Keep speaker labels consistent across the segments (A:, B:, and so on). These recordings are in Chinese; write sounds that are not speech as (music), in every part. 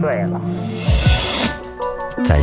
A: 对了，
B: 在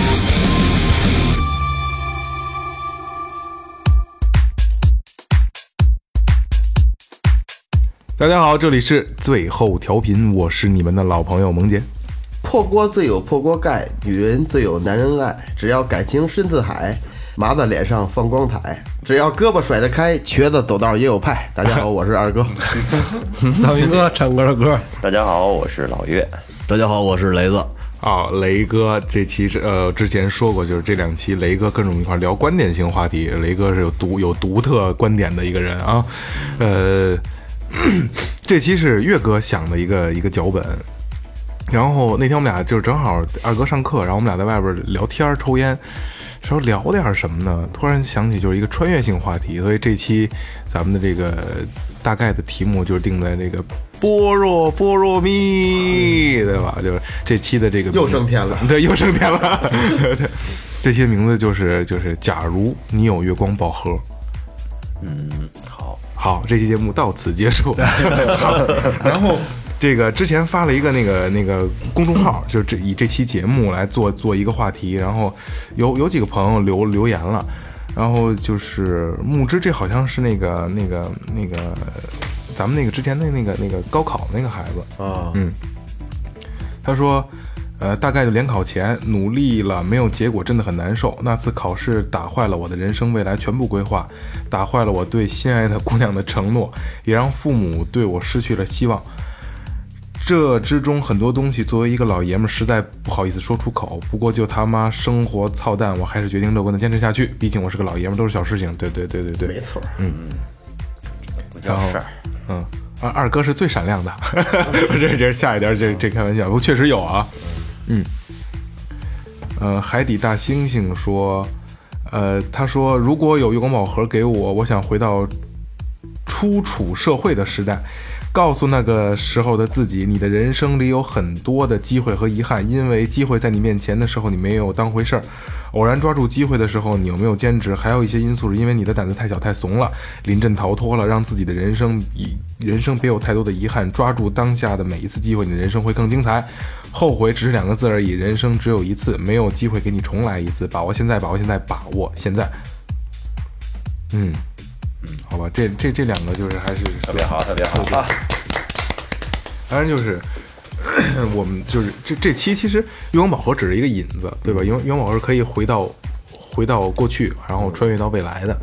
C: 大家好，这里是最后调频，我是你们的老朋友萌姐。
D: 破锅自有破锅盖，女人自有男人爱。只要感情深似海，麻子脸上放光彩。只要胳膊甩得开，瘸子走道也有派。大家好，我是 (laughs) 二哥。
E: 大明哥唱歌的歌，
F: 大家好，我是老岳。
G: 大家好，我是雷子。
C: 啊、雷哥这期是呃，之前说过，就是这两期雷哥跟着我们一块儿聊观点性话题，雷哥是有独有独特观点的一个人啊，呃，这期是岳哥想的一个一个脚本，然后那天我们俩就是正好二哥上课，然后我们俩在外边聊天儿抽烟，说聊点儿什么呢？突然想起就是一个穿越性话题，所以这期咱们的这个大概的题目就定在这个般若波罗蜜，对吧？就是这期的这个
D: (laughs) 又升天了，
C: (laughs) 对，又升天了。对这期的名字就是就是，假如你有月光宝盒，
F: 好，
C: 好，这期节目到此结束。 (laughs) 好，然后这个之前发了一个那个那个公众号，就是这以这期节目来做做一个话题，然后有有几个朋友留留言了，然后就是木之，这好像是那个那个那个咱们那个之前的那个那个高考那个孩子，
D: 啊，
C: 嗯，他说，呃，大概就联考前努力了，没有结果，真的很难受。那次考试打坏了我的人生未来全部规划，打坏了我对心爱的姑娘的承诺，也让父母对我失去了希望。这之中很多东西，作为一个老爷们儿，实在不好意思说出口。不过就他妈生活操蛋，我还是决定乐观的坚持下去。毕竟我是个老爷们儿，都是小事情。对对对对对，
D: 没错，嗯
F: 不
C: 然
F: 叫
C: 后
F: 事儿。
C: 嗯，二二哥是最闪亮的， (laughs) 这这下一点，这这开玩笑，不过确实有啊。嗯，呃，海底大猩猩说，呃，他说如果有月光宝盒给我，我想回到初处社会的时代。告诉那个时候的自己，你的人生里有很多的机会和遗憾，因为机会在你面前的时候，你没有当回事儿；偶然抓住机会的时候，你有没有坚持？还有一些因素是因为你的胆子太小太怂了，临阵逃脱了，让自己的人生以人生别有太多的遗憾。抓住当下的每一次机会，你的人生会更精彩。后悔只是两个字而已，人生只有一次，没有机会给你重来一次。把握现在，把握现在，把握现在。嗯，好吧，这这这两个就是还是
F: 特别好，特别好啊！
C: 当然就是 (coughs) 咳我们就是这这期其实月光宝盒只是一个引子，对
F: 嗯
C: 吧？月光月光宝盒可以回到回到过去，然后穿越到未来的。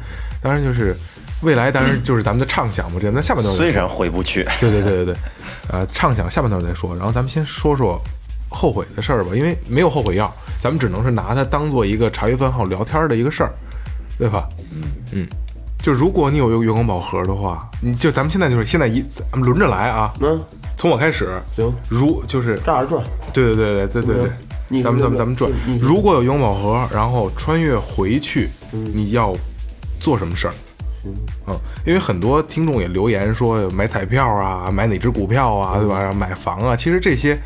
C: 当然就是未来，当然就是咱们的畅想嘛，这咱们下半段再
F: 虽
C: 说
F: 然回不去，
C: (laughs) 对对对对对，呃，畅想下半段再说，然后咱们先说说后悔的事儿吧，因为没有后悔药，咱们只能是拿它当做一个茶余饭后聊天儿的一个事儿，对吧？嗯就如果你有月月光宝盒的话，你就咱们现在就是现在一咱们轮着来啊，
D: 嗯，
C: 从我开始，
D: 行，
C: 如就是
D: 这儿转，
C: 对对对对对对对。
D: 你
C: 咱们咱们咱们转
D: 你，
C: 如果有永宝盒，然后穿越回去，
D: 嗯
C: 你要做什么事儿？嗯，因为很多听众也留言说买彩票啊，买哪只股票
D: 嗯
C: 啊，对吧？然后买房啊，其实这些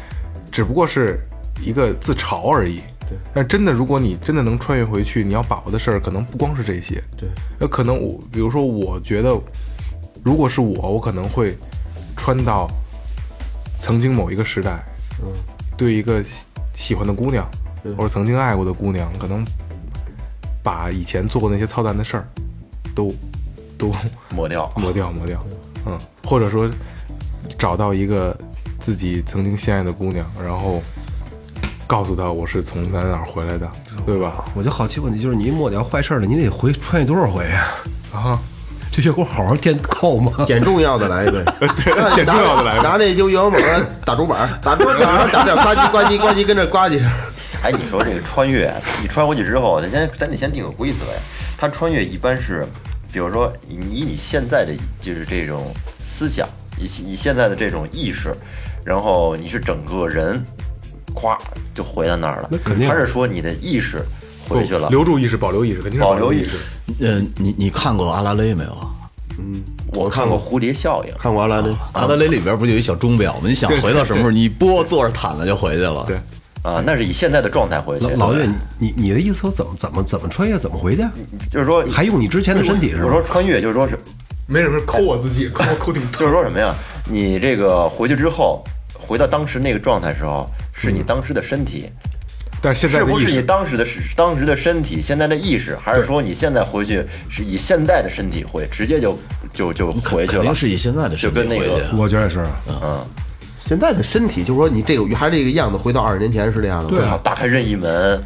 C: 只不过是一个自嘲而已。
D: 对，
C: 但真的，如果你真的能穿越回去，你要把握的事儿可能不光是这些。
D: 对，
C: 那可能我，比如说，我觉得，如果是我，我可能会穿到曾经某一个时代，
D: 嗯，
C: 对一个喜喜欢的姑娘，
D: 对
C: 或者曾经爱过的姑娘，可能把以前做过那些操蛋的事儿都
D: 哦
C: 都
F: 抹掉。
C: 抹掉抹掉，嗯，或者说找到一个自己曾经心爱的姑娘，然后告诉她我是从哪哪儿回来的，
D: 哦
C: 对
D: (laughs)
C: 吧？
E: 我就好奇问题，就是你一抹掉坏事儿了，你得回穿越多少回啊？
C: 啊，
E: 这月光好好垫够吗？
D: 捡重要的 (laughs) 来一个，
C: (laughs) 对，捡重要的来吧
D: 拿这就摇宝打竹板，打竹板，打点呱唧呱唧呱唧，跟这呱唧。
F: 哎，你说这个穿越，你穿回去之后，咱先咱得先定个规则呀。他穿越一般是，比如说你以你现在的就是这种思想，以你现在的这种意识，然后你是整个人，咵就回到那儿了。
E: 那肯定
F: 还是说你的意识回去了，
C: 留住意识，保留意识，肯定是
F: 保留
C: 意
F: 意识。
C: 识。
G: 啊呃，你你看过阿拉蕾没有？
F: 我看过《蝴蝶效应》，
D: 看过阿拉丁，
G: 阿德雷里边不就有一小钟表吗？你想回到什
D: (laughs)
G: 么时候，你一拨坐着毯子就回去了。
C: 对，
F: 啊，那是以现在的状态回去
E: 老。老岳，你你的意思我怎么怎么怎么穿越，怎么回去啊？
F: 就是说，
E: 还用你之前的身体是
F: 我
E: 吧？
F: 说穿越，就是说是，
C: 没什么抠我自己，抠我抠挺
F: 就是说什么呀？你这个回去之后，回到当时那个状态时候，是你当时的身体，
C: (laughs) 但是现在
F: 是
C: 的
F: 不
C: 意
F: 是你
C: 识，
F: 当时的是当时的身体，现在的意识，还是说你现在回去是以现在的身体回，直接就就就回去
G: 肯
F: 了
G: 定？是以现在的身体
F: 就跟那
G: 回
F: 个
G: 去。
E: 我觉得也是，
D: 现在的身体就是说你这个还是这个样子，回到二十年前是这样的。
F: 我操，大啊开任意门，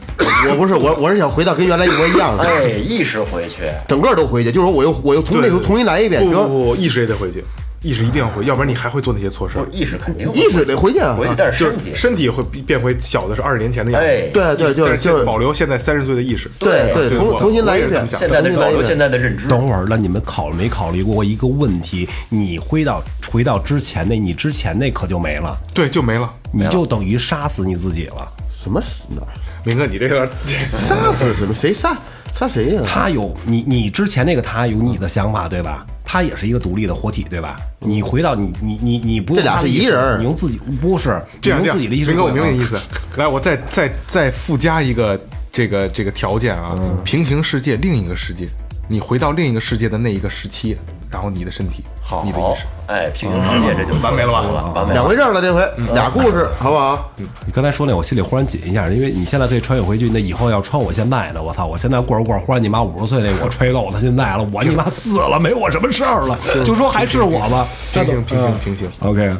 D: 我不是我，我是想回到跟原来一模一样的，
F: 哎，意识回去。
D: 整个都回去，就是说我又我又从那时候重新来一遍，
C: 不
D: 你
C: 不
D: 说
C: 不，意识也得回去，意识一定要回，要不然你还会做那些错事
F: 不
C: 儿
F: 是。意识肯定
D: 意识得回去啊
F: 回去，但是
C: 就
F: 身体
C: 是身体会变回小的是二十年前的样子，
F: 哎，
D: 对对，就
C: 但
D: 是
C: 是现
D: 就是
C: 保留现在三十岁的意识。
D: 对
C: 对
D: 对，重
C: 我
D: 重新来一
C: 我也是这
D: 遍
C: 么，想
F: 现在的保留现在的认知。
E: 等会儿，那你们考没考虑过一个问题？你回到回到之前那，你之前那可就没了，
C: 对，就没了。
E: 你就等于杀死你自己了。
D: 什么死哪儿
C: 明哥，你这个
D: 杀死什么谁杀杀谁呀？
E: 他有你，你之前那个他有你的想法，对吧？他也是一个独立的活体，对吧？你回到你你你你不用
D: 这俩
E: 他的
D: 是一
E: 意识
D: 人儿
E: 你用自己不是
C: 这样这
E: 你用
C: 样，
E: 自己的意识
C: 明哥，我
E: 过
C: 明
E: 来
C: 白你意
E: 了
C: 思。来，我再再再附加一个这个这个条件啊，
E: 嗯
C: 平行世界另一个世界，你回到另一个世界的那一个时期，然后你的身体，
F: 好，
C: 你的意识，
F: 哎，平行世界这就
C: 完美了
D: (laughs)
C: 吧
F: 完美
D: 两
F: 了。
D: 回事儿了，这回俩故事好不好？
E: 你刚才说那，我心里忽然紧一下，因为你现在可以穿越回去，那以后要穿我现在的，我操！我现在过着过着，忽然你妈五十岁那我吹到我他现在了，我你妈死了，没我什么事儿了，就说还是我吧。
C: 平行平
E: 嗯
C: 行平行。
E: OK，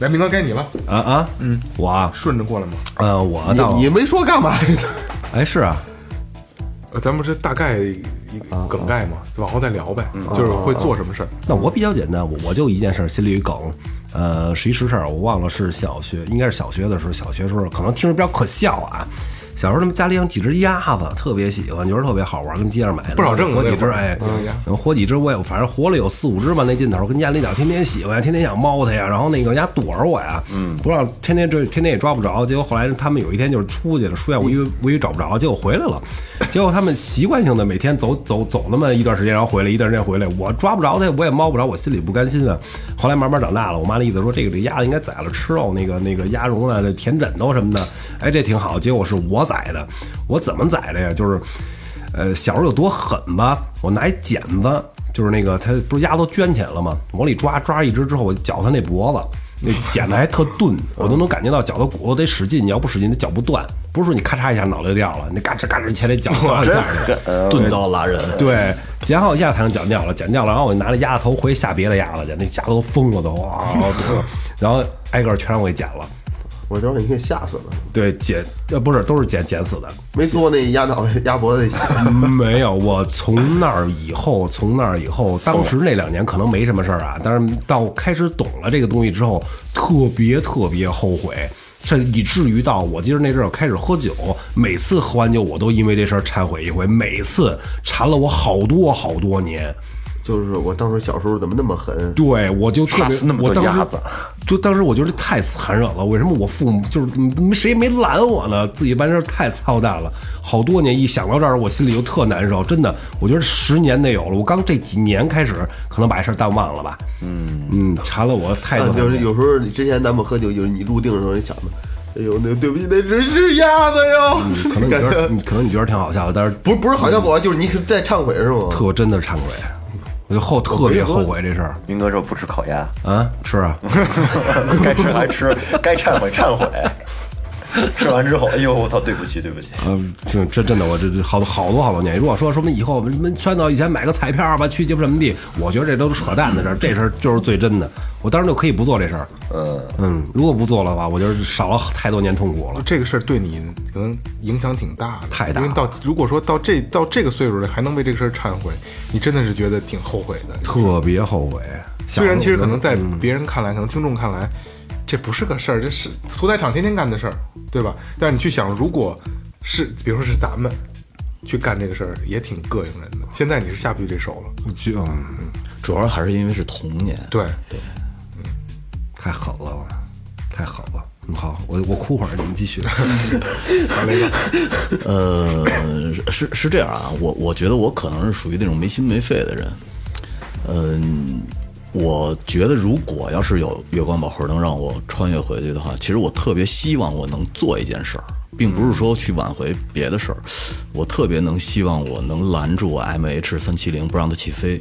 C: 来，明哥该你了，
E: 啊啊，嗯，我啊，
C: 顺着过来嘛。
E: 呃，我到，
D: 你你没说干嘛？ (laughs)
E: 哎，是啊，
C: 呃咱们是大概一
E: 嗯
C: 梗概嘛，往后再聊呗，就是会做什么事儿。
E: 那我比较简单，我我就一件事儿，心里有一梗，呃，是一实事儿，我忘了是小学，应该是小学的时候，小学时候可能听着比较可笑啊。小时候他们家里养几只鸭子，特别喜欢，觉得特别好玩，跟街上买的
C: 不少挣
E: 活
C: 的
E: 几
C: 那
E: 只，
C: 会儿
E: 哎
C: 嗯，
E: 然后活几只我也反正活了有四五只吧，那劲头跟家里养，天天喜欢，天天想猫它呀，然后那个鸭躲着我呀，嗯，不知道天天追，天天也抓不着，结果后来他们有一天就是出去了，出现我以为我以为找不着，结果回来了，结果他们习惯性的每天走走走那么一段时间，然后回来一段时间回来，我抓不着它，我也猫不着，我心里不甘心啊。后来慢慢长大了，我妈的意思说这个这鸭子应该宰了吃肉，那个那个鸭绒啊、填枕头什么的，哎，这挺好。结果是我宰的，我怎么宰的呀？就是。呃，小时候有多狠吧？我拿一剪子，就是那个它不是鸭子都圈起来了吗？往里抓，抓一只之后，我绞它那脖子，那剪子还特钝，我都能感觉到绞它骨头得使劲，你要不使劲，它绞不断。不是说你咔嚓一下脑袋就掉了，你嘎吱嘎吱前得绞绞一下的。
G: 钝刀拉人，
E: 对，剪好一下才能绞掉了，剪掉了，然后我拿着鸭子头回去下别的鸭子去，那鸭子都疯了都，哇，然后挨个全让我给剪了。
D: 我等会儿给你给吓死了，
E: 对，剪呃不是都是剪剪死的，
D: 没做那压脑袋、压脖子那血。
E: 没有，我从那儿以后，从那儿以后，当时那两年可能没什么事儿啊，但是到开始懂了这个东西之后，特别特别后悔，甚以至于到我记得那阵儿开始喝酒，每次喝完酒我都因为这事儿忏悔一回，每次馋了我好多好多年。
D: 就是我当时小时候怎么那么狠？
E: 对，我就特
F: 杀
E: 别
F: 死那，么
E: 我
F: 多
E: 当
F: 鸭
E: 时
F: 子
E: (laughs) 就当时我觉得太残忍了。为什么我父母就是嗯谁也没拦我呢？自己办事儿太操蛋了。好多年一想到这儿，我心里就特难受。真的，我觉得十年得有了。我刚这几年开始，可能把这事儿淡忘了吧。嗯嗯，馋了我太多
D: 啊，
E: 了。
D: 就是有时候你之前咱们喝酒，就是你入定的时候，你想的，哎呦，那对不起，那只是鸭子哟。
E: 嗯可能你觉
D: 感
E: 得
D: 觉
E: 你可能你觉得挺好笑的，但是
D: 不是不是好像我，就是你在忏悔是吗？
E: 特真的忏悔。我就后特别后悔这事儿
F: 明哥说不吃烤鸭，
E: 啊，是啊，
F: (laughs) 该吃还吃，该忏悔忏悔。吃完之后，哎呦我操，对不起对不起，
E: 嗯，这这真的，我这这好多好多好多年。如果说什么以后什么穿到以前买个彩票吧，去鸡巴什么地，我觉得这都是扯淡的事儿，这事儿就是最真的。我当时就可以不做这事儿，
F: 嗯，
E: 嗯，如果不做的话，我就是少了太多年痛苦了。
C: 这个事儿对你可能影响挺大的，
E: 太大了
C: 因为到如果说到这到这个岁数了，还能为这个事儿忏悔，你真的是觉得挺后悔的。
E: 特别后悔，
C: 虽然其实可能在
G: 嗯
C: 别人看来，可能听众看来，这不是个事儿，这是屠宰场天天干的事儿，对吧？但是你去想，如果是比如说是咱们去干这个事儿，也挺膈应人的。现在你是下不去这手了，
E: 就、嗯、
G: 主要还是因为是童年。
C: (laughs) 对，
E: 太狠了，我太狠了。嗯，好，我我哭会儿，你们
D: (laughs)
E: 继续。
G: 呃，是是这样啊，我我觉得我可能是属于那种没心没肺的人，嗯，我觉得如果要是有月光宝盒能让我穿越回去的话，其实我特别希望我能做一件事儿，并不是说去挽回别的事儿，我特别能希望我能拦住 M H 三七零不让它起飞。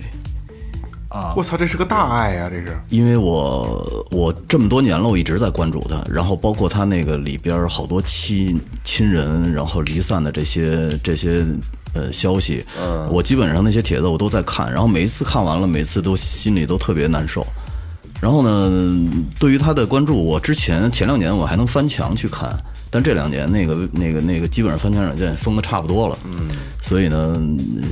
G: 啊
C: 我操，这是个大爱啊呀、这是
G: 因为我我这么多年了，我一直在关注他，然后包括他那个里边儿好多亲亲人，然后离散的这些这些呃消息，
C: 嗯
G: 我基本上那些帖子我都在看，然后每一次看完了，每次都心里都特别难受。然后呢，对于他的关注，我之前前两年我还能翻墙去看，但这两年那个那个那个基本上翻墙软件封的差不多了，嗯，所以呢，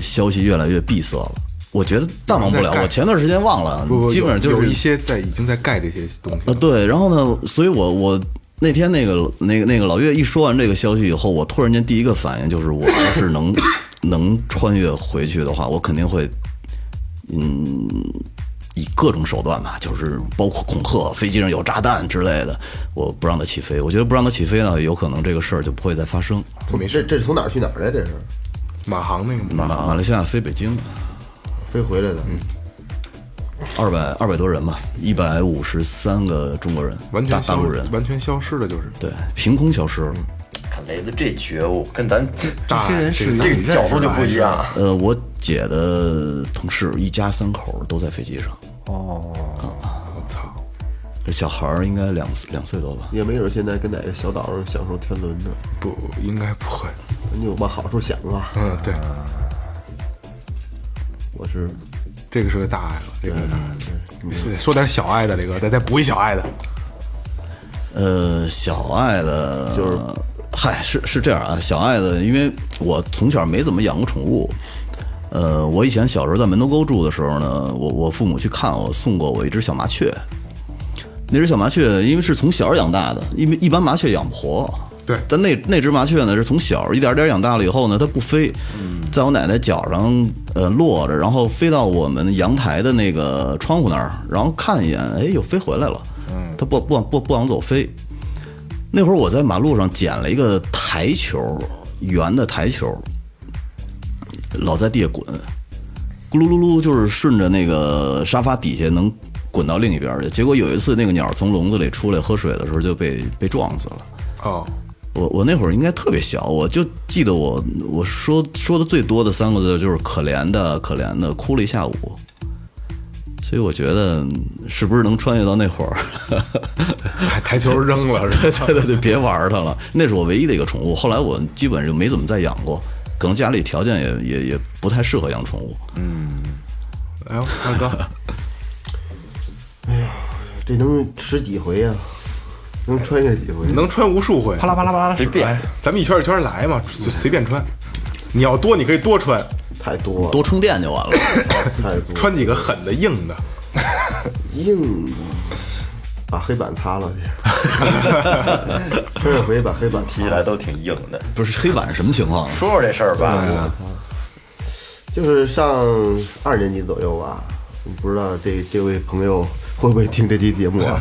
G: 消息越来越闭塞了。我觉得淡忘不了，我前段时间忘了
C: 不不，，
G: 基本上就
C: 有有
G: 是
C: 一些在已经在盖这些东西
G: 啊，
C: 了。
G: 对，然后呢，所以我我那天那个那个那个老岳一说完这个消息以后，我突然间第一个反应就是，我要是能能穿越回去的话，我肯定会，嗯，以各种手段吧，就是包括恐吓，飞机上有炸弹之类的，我不让它起飞。我觉得不让它起飞呢，有可能这个事儿就不会再发生。
C: 没
D: 这这是从哪儿去哪儿来？啊这是
C: 马航那个
G: 马
C: 嘛，
G: 马来西亚飞北京，
D: 飞回来的。
G: 二百二百多人吧，一百五十三个中国人，
C: 完
G: 大
C: 全
G: 大
C: 消
G: 陆人，
C: 完全消失了，嗯就是
G: 对，凭空消失了。
F: 看雷子这觉悟，跟咱这
C: 大爱这个
F: 这个角度就不一样。
G: 呃，我姐的同事一家三口都在飞机上，
C: 我操，
G: 这小孩儿应该两两岁多吧。
D: 也没准现在跟哪个小岛上享受天伦呢，
C: 不应该不会。
D: 你有往好处想啊！
C: 嗯，对，
D: 我是
C: 这个是个大爱了，
E: 嗯
C: 这个是大爱了是说点小爱的，这个再再补一小爱的，
G: 呃，小爱的就是，嗨，是是这样啊，小爱的，因为我从小没怎么养过宠物。呃，我以前小时候在门头沟住的时候呢，我我父母去看我，送过我一只小麻雀。那只小麻雀，因为是从小养大的，因为一般麻雀养不活。
C: 对
G: 但那那只麻雀呢，是从小一点点养大了以后呢，它不飞，在我奶奶脚上呃落着，然后飞到我们阳台的那个窗户那儿，然后看一眼，哎，又飞回来了。它不不往不不往走飞。那会儿我在马路上捡了一个台球，圆的台球，老在地下滚，咕噜噜噜，就是顺着那个沙发底下能滚到另一边儿去。结果有一次，那个鸟从笼子里出来喝水的时候就被被撞死了。
C: 哦，
G: 我我那会儿应该特别小，我就记得我我说说的最多的三个字就是可怜的可怜的，哭了一下午。所以我觉得是不是能穿越到那会儿？ (laughs)
C: 台台球扔了是吧？
G: 对对对对，别玩它了。那是我唯一的一个宠物，后来我基本就没怎么再养过，可能家里条件也也也不太适合养宠物。
C: 哎呦，大哥，
D: 这能吃几回呀、能穿越几回？
C: 能穿无数回，
E: 啪啦啪啦啪啦，
F: 随便
C: 哎，咱们一圈一圈来嘛，随随便穿。你要多，你可以多穿，
E: 嗯
D: 太多了，
G: 多充电就完了。
D: 太多了。
C: 穿几个狠的、硬的。
D: 硬把黑板擦 (laughs) 了去，穿越回把黑板
F: 提
D: 踢
F: 起
D: 了。
F: 来都挺硬的。
G: 不是黑板什么情况啊？
F: 说说这事儿吧，
D: 就是上二年级左右吧，不知道这这位朋友会不会听这期节目啊？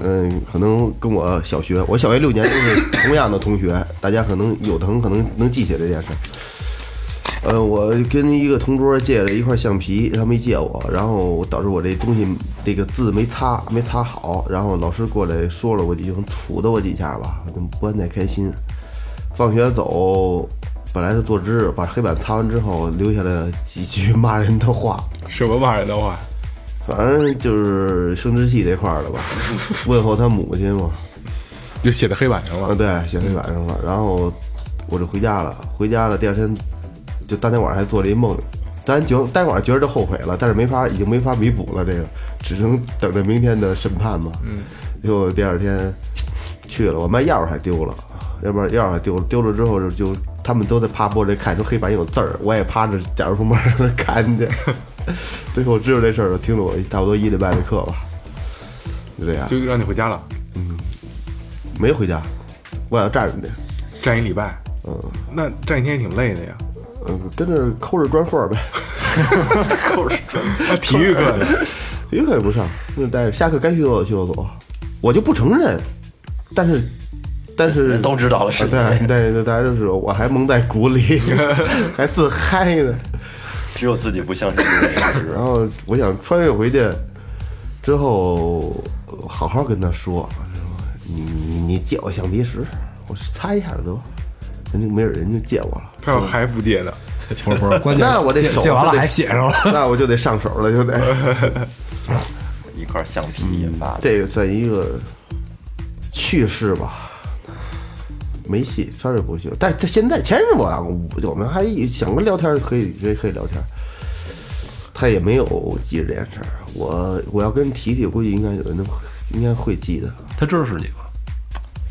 D: 嗯，可能跟我小学，我小学六年都是同样的同学，大家可能有的可能能记起这件事。呃，我跟一个同桌借了一块橡皮，他没借我，然后导致我这东西这个字没擦，没擦好，然后老师过来说了我几句，杵的我几下吧，我就不太开心。放学走，本来是坐直，把黑板擦完之后，留下了几句骂人的话，
C: 什么骂人的话？
D: 反正就是生殖器这块儿的吧， (laughs) 问候他母亲嘛。
C: 就写在黑板上
E: 嗯
D: 啊，
C: 了。
D: 对，写黑板上了。然后我就回家了，回家了，第二天就当天晚上还做了一梦，当然觉当天晚上觉着就后悔了，但是没法，已经没法弥补了，这个只能等着明天的审判嘛。嗯，就第二天去了，我妈钥匙还丢了，要不然钥匙还丢了，丢了之后就就他们都在趴玻璃看，说黑板有字儿，我也趴着假如出门儿看去。 (laughs) 最后知道这事儿了，听了我差不多一礼拜的课吧，就这样，
C: 就让你回家了，
D: 没回家，我要站着去。
C: 站一礼拜。嗯，那站一天也挺累
E: (laughs)
C: 的呀。
D: 嗯，跟那儿抠着砖缝儿呗， (laughs)
C: 啊体育课呢？
D: 体育课也不上，那待着，下课该去厕所去厕所，我就不承认，但是，但是
F: 都知道了是
D: (laughs) 啊对对对，大家都知道，我还蒙在鼓里，还自嗨呢。
F: 只有自己不相信自己。
D: 然后我想穿越回去之后，呃好好跟他说，你你你借我橡皮石，我擦一下得，人家没准人家借我了。
C: 他要还不借呢，
E: 不是不是，关键
D: 那我这
E: 借
D: 手
E: 借完了
D: 得
E: 还写上了，
D: 那我就得上手了，就得。
F: 一块橡皮引发的，
D: 这个算一个趣事吧，没戏，真是不行。但是他现在前日我啊，我我们还想跟聊天，可以可以可以聊天。他也没有记着这件事儿，我我要跟提提，估计应该有人能应该会记得。
E: 他支持你吗？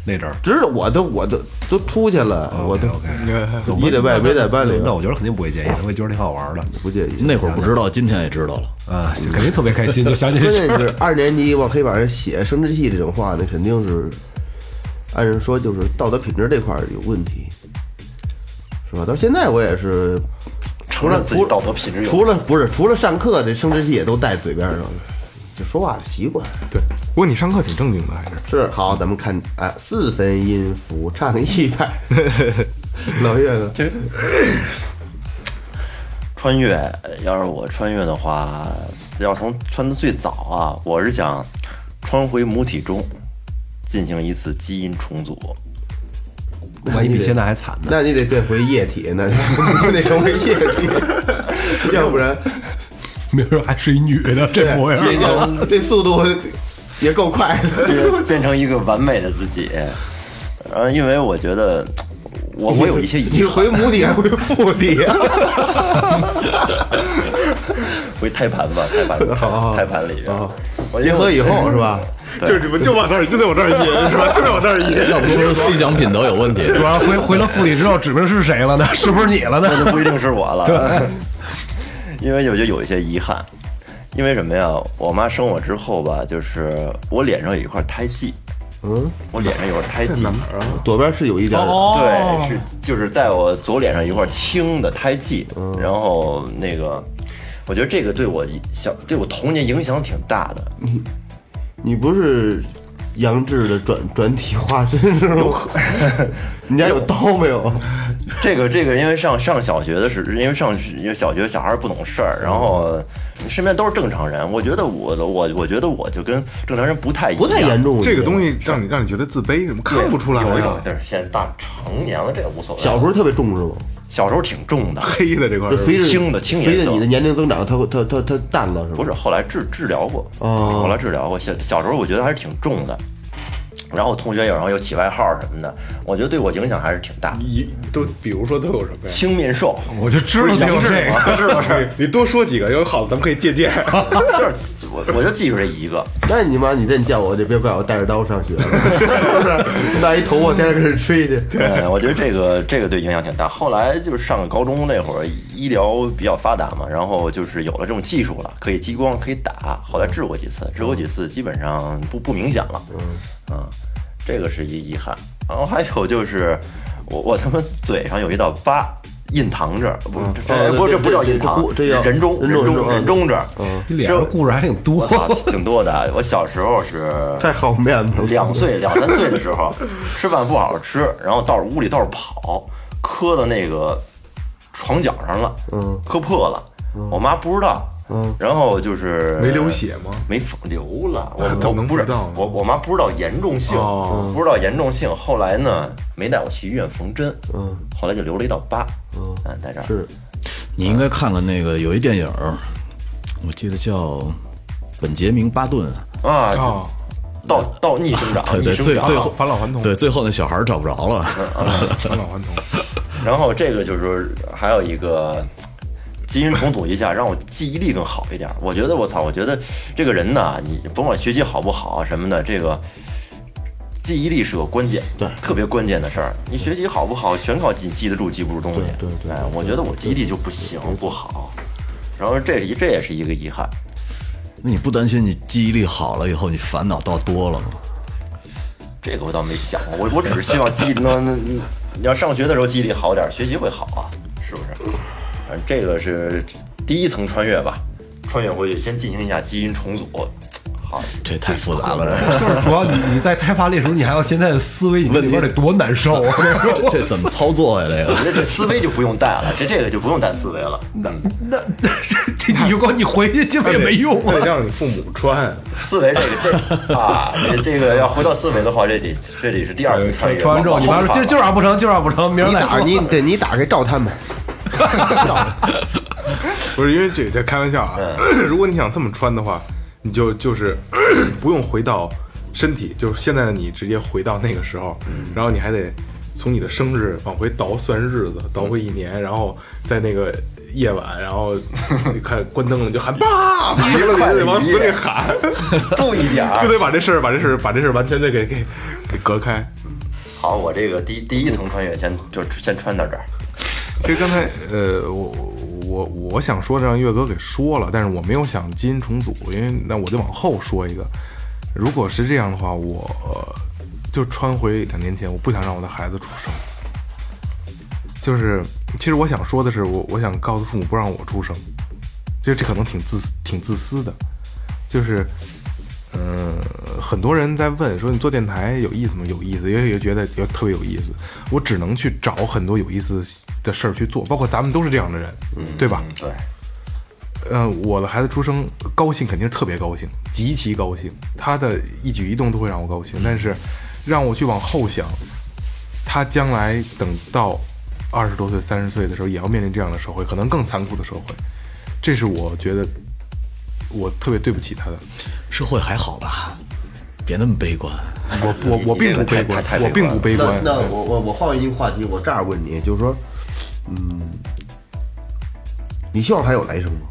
E: 那阵儿
D: 知道我都我都都出去了，我
E: 哦
D: 都 (laughs)
E: OK，
D: 一礼拜没在班里
E: 那我觉得肯定不会介意，他会觉得挺好玩的。
D: 不介意。
G: 那会儿不知道，今天也知道了。
E: 啊，肯定特别开心，就想
D: (laughs)
E: 起
D: 关
E: 这事
D: 键
E: 儿。
D: 是二年级往黑板上写生殖器这种话呢，肯定是按人说就是道德品质这块儿有问题，是吧？到现在我也是，除了
F: 承认自己
D: 除
F: 道德品质有
D: 除了不是除了上课这生殖器也都带嘴边上了，就说话的习惯
C: 对。不过你上课挺正经的，还是
D: 是好。咱们看啊，四分音符唱一拍， (laughs) 老岳呢？
F: 穿越，呃要是我穿越的话，要从穿的最早啊，我是想穿回母体中，进行一次基因重组。
E: 万一比现在还惨呢？
D: 那你得变回液体，那 (laughs) 你得成为液体，
F: (laughs)
D: 要不然
E: 明儿还是一女的这模样
D: 这
E: 儿，
D: 这
F: (laughs)
D: 这速度也够快的。
F: 变变成一个完美的自己。呃，因为我觉得
D: 哦
F: 我我有
D: (laughs)
F: 一些
D: 你
F: 遗憾，
D: 回母体还回腹体啊？
F: 回胎盘吧，胎盘
D: (laughs)
F: 里，胎盘里边。我
D: (laughs) 结
F: 因为
D: 合以后是吧？
C: 就是你们就往那儿，就得往这儿引，是吧？就得往这儿引。
G: 要不说思想品德有问题，
E: 主要回回了腹里之后，指不定是谁了呢？是不是你了呢？
F: (laughs)
E: (laughs)
F: 那就不一定是我了。对，因为我就有一些遗憾，因为什么呀？我妈生我之后吧，就是我脸上有一块胎记。嗯，我脸上有块胎记，
D: 左边是有一点
F: 哦
D: 儿，
F: 对，是就是在我左脸上有一块青的胎记，
D: 嗯
F: 然后那个，我觉得这个对我小对我童年影响挺大的，
D: 你不是杨志的转转体化身是吗？ (laughs) 你家有刀没有？
F: 这个这个，因为上上小学的时候，因为上因为小学小孩儿不懂事儿，然后身边都是正常人，我觉得我的我我觉得我就跟正常人不太一样，
D: 不太严重，
C: 这个东
D: 西。
C: 西让你让你觉得自卑，怎么
F: 对，
C: 看不出来
F: 有一种
C: 啊？
F: 就是现在大成年了，这也无所谓。
D: 小时候特别重视吗？
F: 小时候挺重的，
C: 黑的这块儿
D: 就，随着
F: 轻的轻颜色
D: 随着你的年龄增长，它会它它它淡了是吗？
F: 不是，后来治治疗过，
D: 哦
F: 后来治疗过。小小时候我觉得还是挺重的，然后同学有然后又起外号什么的，我觉得对我影响还是挺大。
C: 一都比如说都有什么呀？
F: 青面兽， (laughs)
E: 我就知道
F: 不是
E: 得有
F: 杨
E: 这
F: 志
C: (laughs)
E: 个。
F: 吗？知道是，
C: 你多说几个，有好的咱们可以借 (laughs) 鉴。
F: 就是我我就记住这一个。
D: 那你妈，你这叫我，就别怪我带着刀上学了，是不是？ (laughs) 那一头发天天跟人吹去，
F: 对，我觉得这个这个对影响挺大。后来就是上高中那会儿，医疗比较发达嘛，然后就是有了这种技术了，可以激光，可以打。后来治过几次，治过几次基本上不不明显了。嗯，这个是一遗憾。然后还有就是，我我他妈嘴上有一道疤。印堂这儿不，这
D: 哦
F: 不
D: 对
F: 这不叫
D: 对
F: 印
D: 这
F: 堂
D: 这，这叫
F: 人中
D: 人
F: 人
D: 中嗯人
F: 中
D: 中
F: 人中这儿，
E: 你脸上故事还挺
F: 我
E: 多，
F: 操，挺多的。我小时候是
D: 太好面子了。
F: 两岁两三岁的时候，吃饭不好好吃，然后到屋里到处跑，磕到那个床角上了，
D: 嗯，
F: 磕破了，我妈不知道，嗯，然后就是
C: 没流血吗
F: 没流了，我
C: 那
F: 我
C: 怎么
F: 不是
C: 知道呢
F: 我我妈不知道严重性，
C: 哦
F: 不知道严重性，后来呢没带我去医院缝针，嗯，后来就留了一道疤，嗯，在这儿
D: 是
G: 你应该看了那个有一电影儿，我记得叫《本杰明巴顿》，
F: 啊，
C: 哦
F: 就到到逆生长，
G: 对
F: 逆
G: 对，
F: 生
G: 最
F: 长
G: 最后
C: 返老还童
G: 对最后那小孩儿找不着了，
C: 返老还童，
F: 然后这个就是说还有一个基因重组一下，让我记忆力更好一点。我觉得我操，我觉得这个人呐，你甭管学习好不好啊什么的，这个记忆力是个关键，对，特别关键的事儿。你学习好不好，全靠记记得住记不住东西。
D: 对对对
F: 哎，我觉得我记忆力就不行，不好。然后这这也是一个遗憾，
G: 那你不担心你记忆力好了以后你烦恼倒多了吗？
F: 这个我倒没想过，我我只是希望记忆能，能你要上学的时候记忆力好点儿，学习会好啊，是不是？反正这个是第一层穿越吧，穿越回去先进行一下基因重组，好，
G: 这太复杂了，这
E: 就是主要你你在开发那时候，你还有现在的思维，你这里边得多难受啊！
G: 这这怎么操作呀？这
F: 我觉
G: 个
F: 得这思维就不用带了，这这个就不用带思维了。
E: 那那这你就光你回去基本也没用
A: 那得
E: 啊。
A: 让你父母穿，
F: 思维这个这啊，这这个要回到思维的话，这得这得是第二次穿越。
E: 穿完之后，你妈
F: 往
E: 说
F: 后
E: 今今晚不成，今晚不成，明儿
D: 你
E: 再
D: 打
E: 说。
D: 你得你打开照他们，
C: 不是因为这在开玩笑啊。 (clears throat) 如果你想这么穿的话，你就就是 (clears throat) 不用回到身体，就是现在的你直接回到那个时候，然后你还得从你的生日往回倒算日子，倒回一年，然后在那个夜晚，然后你看关灯了你就喊爸，没了你就得往死里喊，
F: 重一点
C: 就
F: 儿。
C: 得把这事儿把这事儿把这事儿完全的给给给隔开。
F: 好，我这个第第一层穿越先就先穿到这儿。
C: 其实刚才呃，我我我想说让岳哥给说了，但是我没有想基因重组，因为那我就往后说一个。如果是这样的话，我、呃就穿回两年前，我不想让我的孩子出生。就是，其实我想说的是，我我想告诉父母不让我出生，就这可能挺自挺自私的，就是。嗯，很多人在问说你做电台有意思吗？有意思，也也觉得有特别有意思。我只能去找很多有意思的事儿去做，包括咱们都是这样的人，对吧？
F: 嗯，对，
C: 嗯、我的孩子出生高兴肯定是特别高兴，极其高兴，他的一举一动都会让我高兴。
F: 嗯
C: 但是让我去往后想，他将来等到二十多岁、三十岁的时候，也要面临这样的社会，可能更残酷的社会。这是我觉得我特别对不起他的。
G: 社会还好吧？别那么悲观。
C: 我我我并不悲观
F: 太太，太
C: 我并不悲
D: 那
C: 观。
D: 那我我我换一个话题，我这样问你，就是说，嗯，你希望还有来生吗？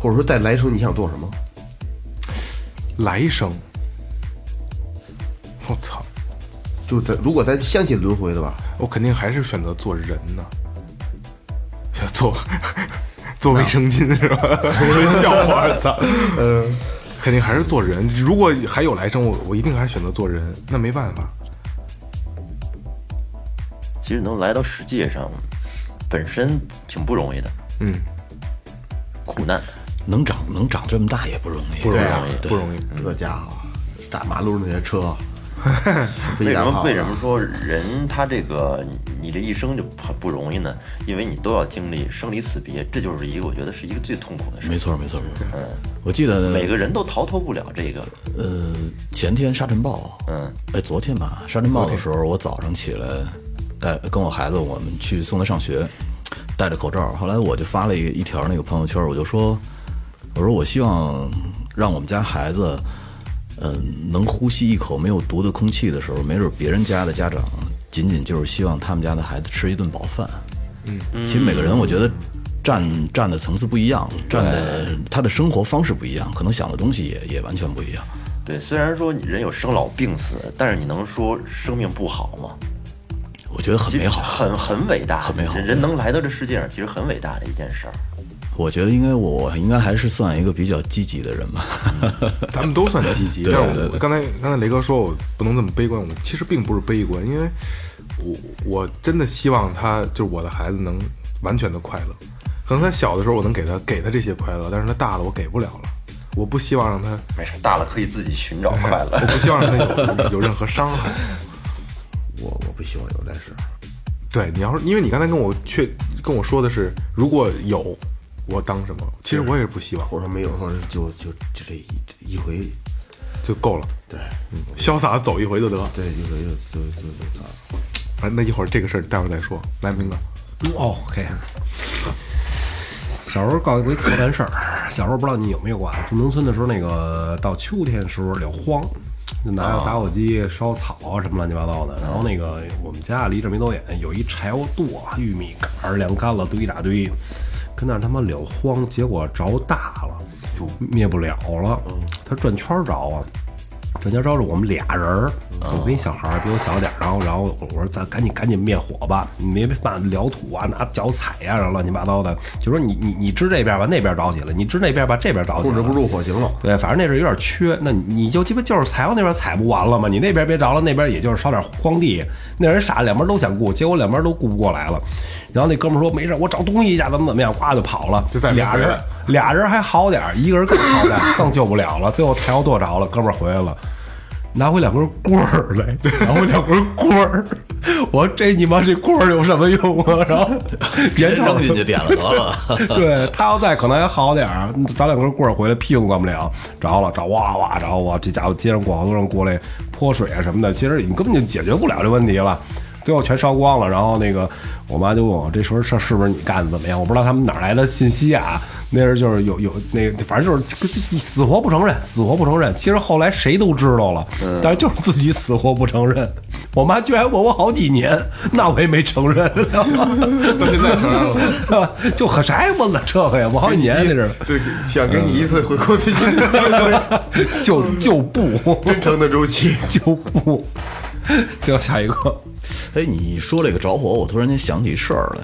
D: 或者说，在来生你想做什么？
C: 来生，我操，
D: 就是咱如果咱相信轮回的吧，
C: 我肯定还是选择做人呢，想做做卫生巾是吧？ (laughs) 笑话，我操，嗯，肯定还是做人。如果还有来生，我我一定还是选择做人，那没办法。
F: 其实能来到世界上，本身挺不容易的，
C: 嗯，
F: 苦难。
G: 能长能长这么大也不容易，不
C: 容易
G: 对
C: 不容易。
D: 啊这家伙，炸马路那些车，
F: 为什么为什
D: 么？
F: 么说人他这个你这一生就很不容易呢？因为你都要经历生离死别，这就是一个我觉得是一个最痛苦的事
G: 没。错没错。我记得
F: 每个人都逃脱不了这个，
G: 呃前天沙尘暴，
F: 嗯，
G: 哎昨天吧沙尘暴的时候，我早上起来带跟我孩子我们去送他上学，戴着口罩。后来我就发了一一条那个朋友圈，我就说我说我希望让我们家孩子。嗯，能呼吸一口没有毒的空气的时候，没准别人家的家长仅仅就是希望他们家的孩子吃一顿饱饭。嗯，其实每个人我觉得站站的层次不一样，站的他的生活方式不一样，可能想的东西也也完全不一样。
F: 对，虽然说人有生老病死，但是你能说生命不好吗？
G: 我觉得很
F: 其实
G: 美好。
F: 很很伟大，
G: 很美好
F: 人人能来到这世界上，其实很伟大的一件事儿。
G: 我觉得应该我应该还是算一个比较积极的人吧。
C: 咱们都算积极，
G: 对
C: 但是
G: 对
C: 我刚才刚才雷哥说我不能这么悲观，我其实并不是悲观，因为我我真的希望他就是我的孩子能完全的快乐。可能他小的时候我能给他给他这些快乐，但是他大了我给不了了。我不希望让他，
F: 没事，大了可以自己寻找快乐
C: 我。不希望让他有 (laughs) 有任何伤害。
D: 我我不希望有来世。
C: 对你要是因为你刚才跟我确跟我说的是如果有我当什么，其实我也是不希望，
D: 或者没有，或者就就就这一这一回，
C: 就够了，
D: 对
C: 潇洒走一回就得。
D: 对，一回就就就就啊
C: 啊，那一会儿这个事儿待会儿再说。来，明哥，
E: 哦，OK。小时候告诉过一操蛋事儿，小时候不知道你有没有过啊？住农村的时候，那个到秋天的时候了荒，就拿着打火机烧草啊什么乱七八糟的。然后那个我们家离这没多远，有一柴火垛、啊玉米杆儿、晾干了堆一大堆，跟那儿他妈了荒，结果着大了，灭不了了。它转圈儿着啊。转圈招是我们俩人儿，我跟一小孩儿比我小点儿，然后然后我说咱赶紧赶紧灭火吧，你没办法撩土啊，拿脚踩呀、然后乱七八糟的，就说你你你支这边吧，那边着起了，你支那边吧，这边着起
D: 控
E: 了，
D: 制不住火情了。
E: 对，反正那是有点缺，那你你就鸡巴就是采往那边采不完了嘛，你那边别着了，那边也就是烧点荒地。那人傻，两边都想顾，结果两边都顾不过来了。然后那哥们儿说没事，我找东西去，怎么怎么样，呱就跑了。
C: 就再也没
E: 俩人
C: 回来，
E: 俩人还好点儿，一个人更好点儿，更救不了了。最后柴油剁着了，哥们儿回来了。拿回两根棍儿来，拿回两根棍儿， (laughs) 我说这你妈这棍儿有什么用啊？然后别
G: 别扔进去点了得了。
E: (laughs) 对他要在可能还好点儿，找两根棍儿回来，屁股断不了，着了，着哇哇着哇，这家伙街上过好多人过来泼水啊什么的，其实你根本就解决不了这问题了。最后全烧光了，然后那个我妈就问我这时候是是不是你干的怎么样？我不知道他们哪儿来的信息啊。那时候就是有有那个，反正就是这这这死活不承认，死活不承认。其实后来谁都知道了，但是就是自己死活不承认。我妈居然问我好几年，那我也没承认。
C: 到现在承认了吗。
E: (laughs) 就和谁问了这个呀？我好几年那是，
D: 对，想给你一次回过自己的机会，
E: (laughs) 就就不
D: 真诚的周期。
E: 就不。最后下一个，
G: 哎，你说这个着火，我突然间想起一事儿来。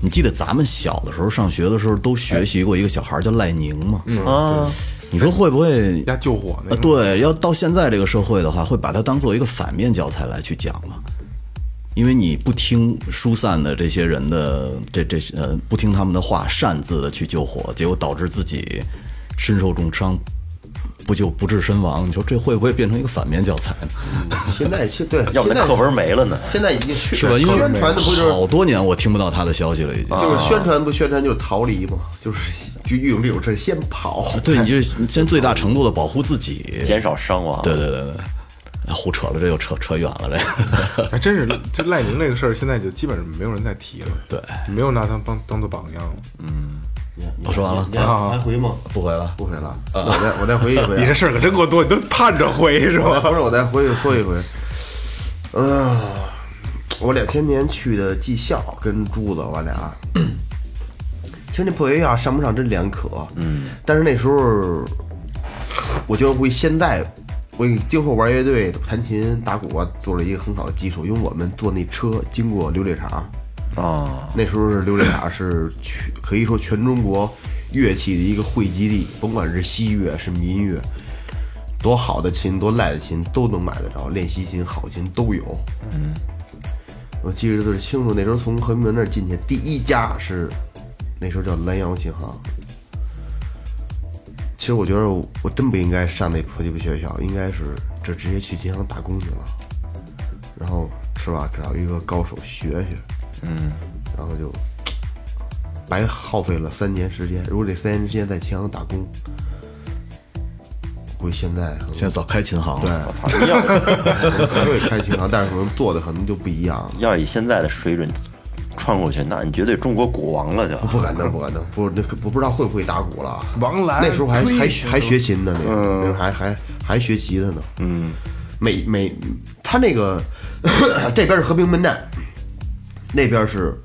G: 你记得咱们小的时候上学的时候都学习过一个小孩叫赖宁吗？
F: 啊，
G: 你说会不会？
C: 压救火 (laughs) 那
G: 呃，
C: 个，
G: 对，要到现在这个社会的话，会把它当做一个反面教材来去讲吗？因为你不听疏散的这些人的这这呃，不听他们的话，擅自的去救火，结果导致自己身受重伤，不救不治身亡。你说这会不会变成一个反面教材呢？
D: (laughs) 现在现对，
F: 要
D: 现
F: 不那
D: 在
F: 课文没了呢。
D: 现在已经是
G: 是吧？因为
D: 宣传的不就是啊
G: 好多年我听不到他的消息了，已经。
D: 就是宣传不宣传就是逃离嘛，就是就运用这种事儿先跑。
G: 对，你就是你先最大程度的保护自己。
F: 减少伤亡，
G: 对对对对，哎胡扯了，这又扯扯远了，这个 (laughs)
C: 还哎真是这赖宁这个事儿，现在就基本上没有人再提了，
G: 对，
C: 没有拿他当当做榜样了。
G: 我说完了
D: 你还还回吗？
G: 不回了。
D: 啊不回了，我再我再回一 (laughs) 回啊。
C: 你这事儿可真够多，你都盼着回
D: (laughs)
C: 是
D: 我
C: 吧？
D: 不是，我再回去说一回。嗯、我两千年去的技校，跟柱子我俩。其实那破学校上不上真两可。嗯。但是那时候，我觉得为现在，为今后玩乐队、弹琴、打鼓啊，做了一个很好的基础。因为我们坐那车经过琉璃厂，
C: 哦
F: 啊，
D: 那时候是琉璃厂是全可以说全中国乐器的一个汇集地，甭管是西乐是民乐，多好的琴多赖的琴都能买得着，练习琴好琴都有。嗯，我记得特别清楚，那时候从和平门那儿进去，第一家是那时候叫蓝洋琴行。其实我觉得我真不应该上那破鸡巴学校，应该是这直接去琴行打工去了，然后是吧？找一个高手学学。然后就白耗费了三年时间。如果这三年时间在秦阳打工，估计现在可能
G: 现在早开琴行
D: 对
G: 了，，
D: 还会开琴行，但是可能做的可能就不一样。
F: 要以现在的水准穿过去，那你绝对中国鼓王了就。
D: 不敢当，不敢当，不，那可不知道会不会打鼓了。啊
C: 王兰
D: 那时候还
C: 推嗯
D: 还还学琴呢，那时候那时候还还还学吉他呢。嗯，每每他那个这边是和平门站，那边是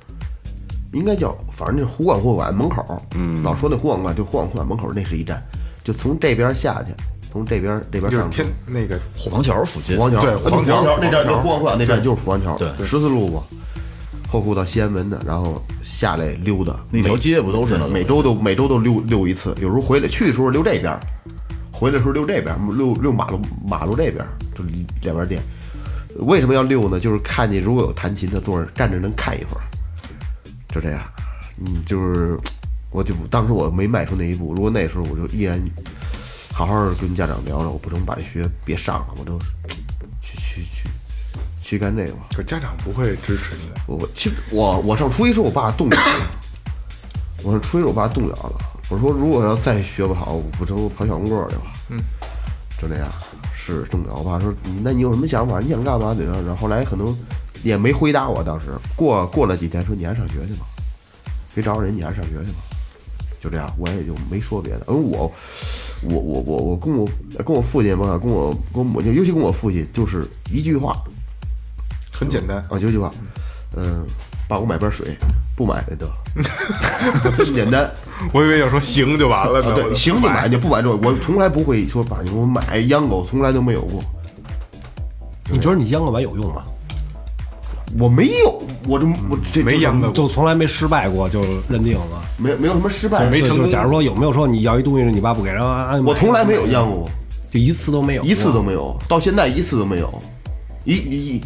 D: 应该叫反正就是湖广会馆门口。嗯，老说那湖广会馆，就湖广会馆门口那是一站，就从这边下去，从这边这边
C: 就是
D: 上去
C: 天。那个
G: 虎坊桥附近。
D: 虎王桥，
C: 对
D: 啊
C: 虎王
D: 对
C: 桥
D: 虎那站
C: 虎
D: 就
C: 王桥
D: 是虎王会馆那站就是虎王桥，
G: 对
D: 十四路嘛，后库到西安门的，然后下来溜达，
G: 那条街不都是那
D: 每周都每周都溜溜一次，有时候回来去的时候溜这边儿，回来的时候溜这边儿，溜溜马路马路这边儿，就离两边店。为什么要溜呢？就是看见如果有弹琴的，坐着站着能看一会儿，就这样。嗯，就是我就当时我没迈出那一步，如果那时候我就依然好好地跟家长聊聊，我不能把这学别上了，我就去去去去干这个吧。
C: 可家长不会支持你的，
D: 我我其实我我上初一时候我爸动摇了，我上初一时候我爸动摇了，我说如果要再学不好，我不成我跑小公棍儿去了，嗯，就那样是动摇。我爸说那你有什么想法？你想干嘛？怎样？然后后来可能也没回答我，当时过过了几天说你还上学去吗？别找人，你还上学去吧。就这样，我也就没说别的。而我，我我我我跟我跟我父亲吧，跟我跟我母亲，尤其跟我父亲，就是一句话，
C: 很简单，
D: 啊，就一句话，嗯，爸，我买瓶水，不买那得了， (laughs) 这么简单。
C: 我以为要说行就完了
D: 啊，
C: 呢。我
D: 对，行就买，你不买就我从来不会说把你给我买养狗，从来都没有过，
E: 你觉得你央个完有用吗？
D: 我没有，我这我这
C: 没养的，
E: 就从来没失败过，就认定了。
D: 没没有什么失败，
C: 没成功
E: 对就是假如说有没有说你要一东西你爸不给，然后啊
D: 我从来没有养过，
E: 就一次都没有，
D: 一次都没有，到现在一次都没有，一一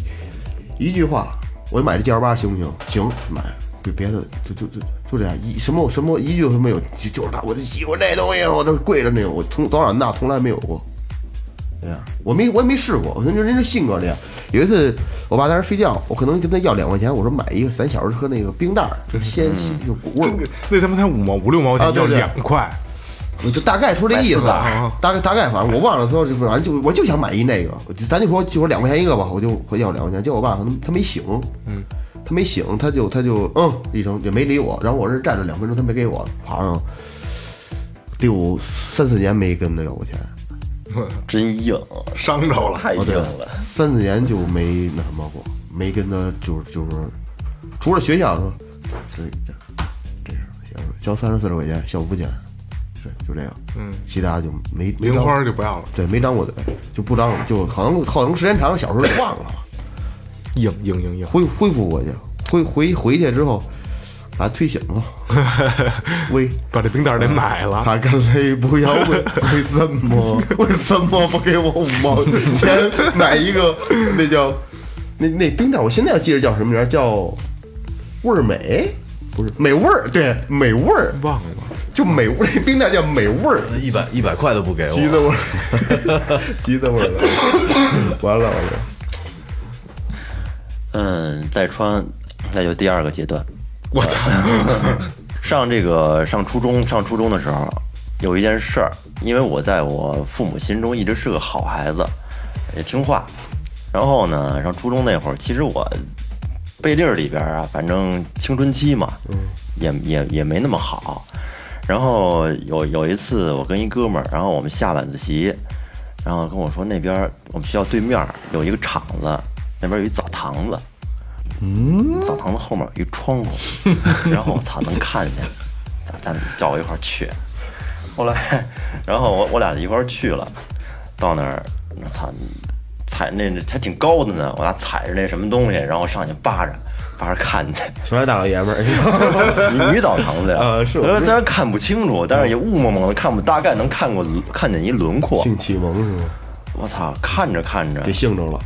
D: 一句话，我买这 G L 八行不行？行，买，别别的，就就就就这样，一什么什么一句都没有，就就是他，我就喜欢这东西，我都跪着那种，我从多少那从来没有过。这样，我没我也没试过，我说人家性格这样。有一次，我爸在那睡觉，我可能跟他要两块钱，我说买一个咱小时候喝那个冰袋儿，鲜有股味儿，
C: 那他妈才五毛五六毛
D: 啊
C: 钱，
D: 对
C: 要
D: 对
C: 两块，
D: 我就大概说这意思，大概大概反正我忘了说，反正就我就想买一那个，我就咱就说就说两块钱一个吧，我就我要两块钱，结果我爸可能他没醒，嗯，他没醒，他就他就嗯一声也没理我，然后我这站了两分钟，他没给我，好像六三四年没跟他要过钱，
F: 真硬，
C: 伤着了。
F: 太硬
D: 对
F: 了。
D: 三四年就没那什么过，没跟他就是就是，除了学校，这这这是交三十四十块钱校服钱，是就这样，嗯，其他就没没
C: 零
D: 当
C: 花就不要了，
D: 对，没张过嘴，就不张，就好像好像时间长了，小时候就忘了，
C: 硬硬硬 (laughs) 硬，
D: 恢恢复过去，恢回回去之后，把它推醒了，喂，
C: 把这冰袋儿得买了。
D: 擦干泪不 (laughs) 要问为什么，为什么不给我五毛钱买一个那叫那那冰袋儿？我现在要记着叫什么名儿，叫味儿美，不是美味儿，对，美味儿，
C: 忘了，
D: 就美味儿那冰袋儿叫美味儿，
G: 一百一百块都不给
D: 橘子
G: 我，
D: 味儿， (laughs) 橘子味儿 (coughs) 的，完了完了。
F: 嗯，再穿，那就第二个阶段。
C: 我操！
F: (laughs) 上这个上初中，上初中的时候，有一件事儿，因为我在我父母心中一直是个好孩子，也听话。然后呢，上初中那会儿，其实我背地儿里边儿啊，反正青春期嘛，
C: 嗯
F: 也也也没那么好。然后有有一次，我跟一哥们儿，然后我们下晚自习，然后跟我说那边儿我们学校对面儿有一个厂子，那边儿有一澡堂子，澡堂子后面有一窗户，然后我操能看见，咱咱叫我一块儿去。后来， (laughs) 然后我我俩一块儿去了，到那儿，我操，踩那那还挺高的呢，我俩踩着那什么东西，然后上去扒着扒着看去，
D: 全是大老爷们儿。
F: 女女澡堂子呀，
D: (laughs) 啊是我
F: 虽然看不清楚，但是也雾蒙蒙的看不，大概能看过看见一轮廓。
D: 性启蒙是吗？
F: 我操，看着看着
D: 给，性着了，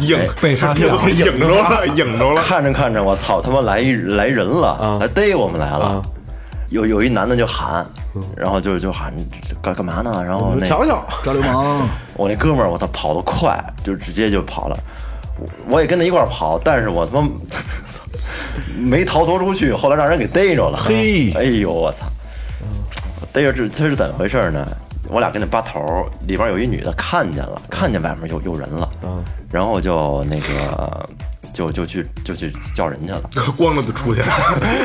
C: 硬
E: 被发现了
C: 硬硬着了，硬着了。
F: 看着看着，我操，他妈来一来人
D: 啊
F: 了，来逮我们来了。有有一男的就喊，
D: 嗯
F: 然后就就喊干干嘛呢？然后那
D: 瞧瞧，
G: 抓流氓，
F: 我那哥们儿，我操，跑得快，就直接就跑了。我我也跟他一块儿跑，但是我他妈没逃脱出去，后来让人给逮着了。
G: 嘿
F: 哎呦我操！逮着这这是怎么回事呢？我俩跟那扒头儿，里边有一女的看见了，看见外面有有人了，然后就那个就就去就去叫人去了。
C: (laughs) 光着就出去了，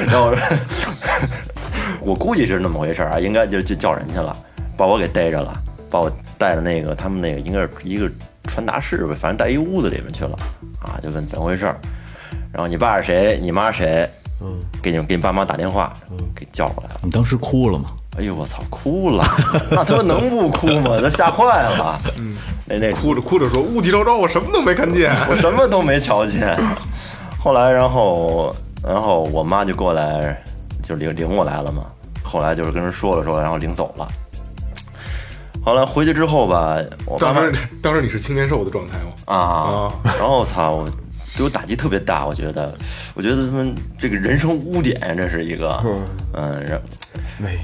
F: 然后我估计是那么回事儿啊，应该就就叫人去了，把我给逮着了，把我带到那个他们那个应该是一个传达室吧，反正带一屋子里面去了啊，就问怎么回事儿。然后你爸是谁？你妈谁？嗯，给你给你爸妈打电话，
C: 嗯
F: 给叫过来了。
G: 你当时哭了吗？
F: 哎呦我操，哭了， (laughs) 那他妈能不哭吗？他吓坏了。嗯，那那
C: 哭着哭着说雾气昭昭，我什么都没看见。
F: 我什么都没瞧见。后来，然后，然后我妈就过来，就领领我来了嘛。后来就是跟人说了说了，然后领走了。后来回去之后吧，我妈
C: 当
F: 妈
C: 时当时你是青年瘦的状态吗？
F: 啊，然后我操，我对我打击特别大，我觉得，我觉得他们这个人生污点，这是一个，嗯，然
D: 没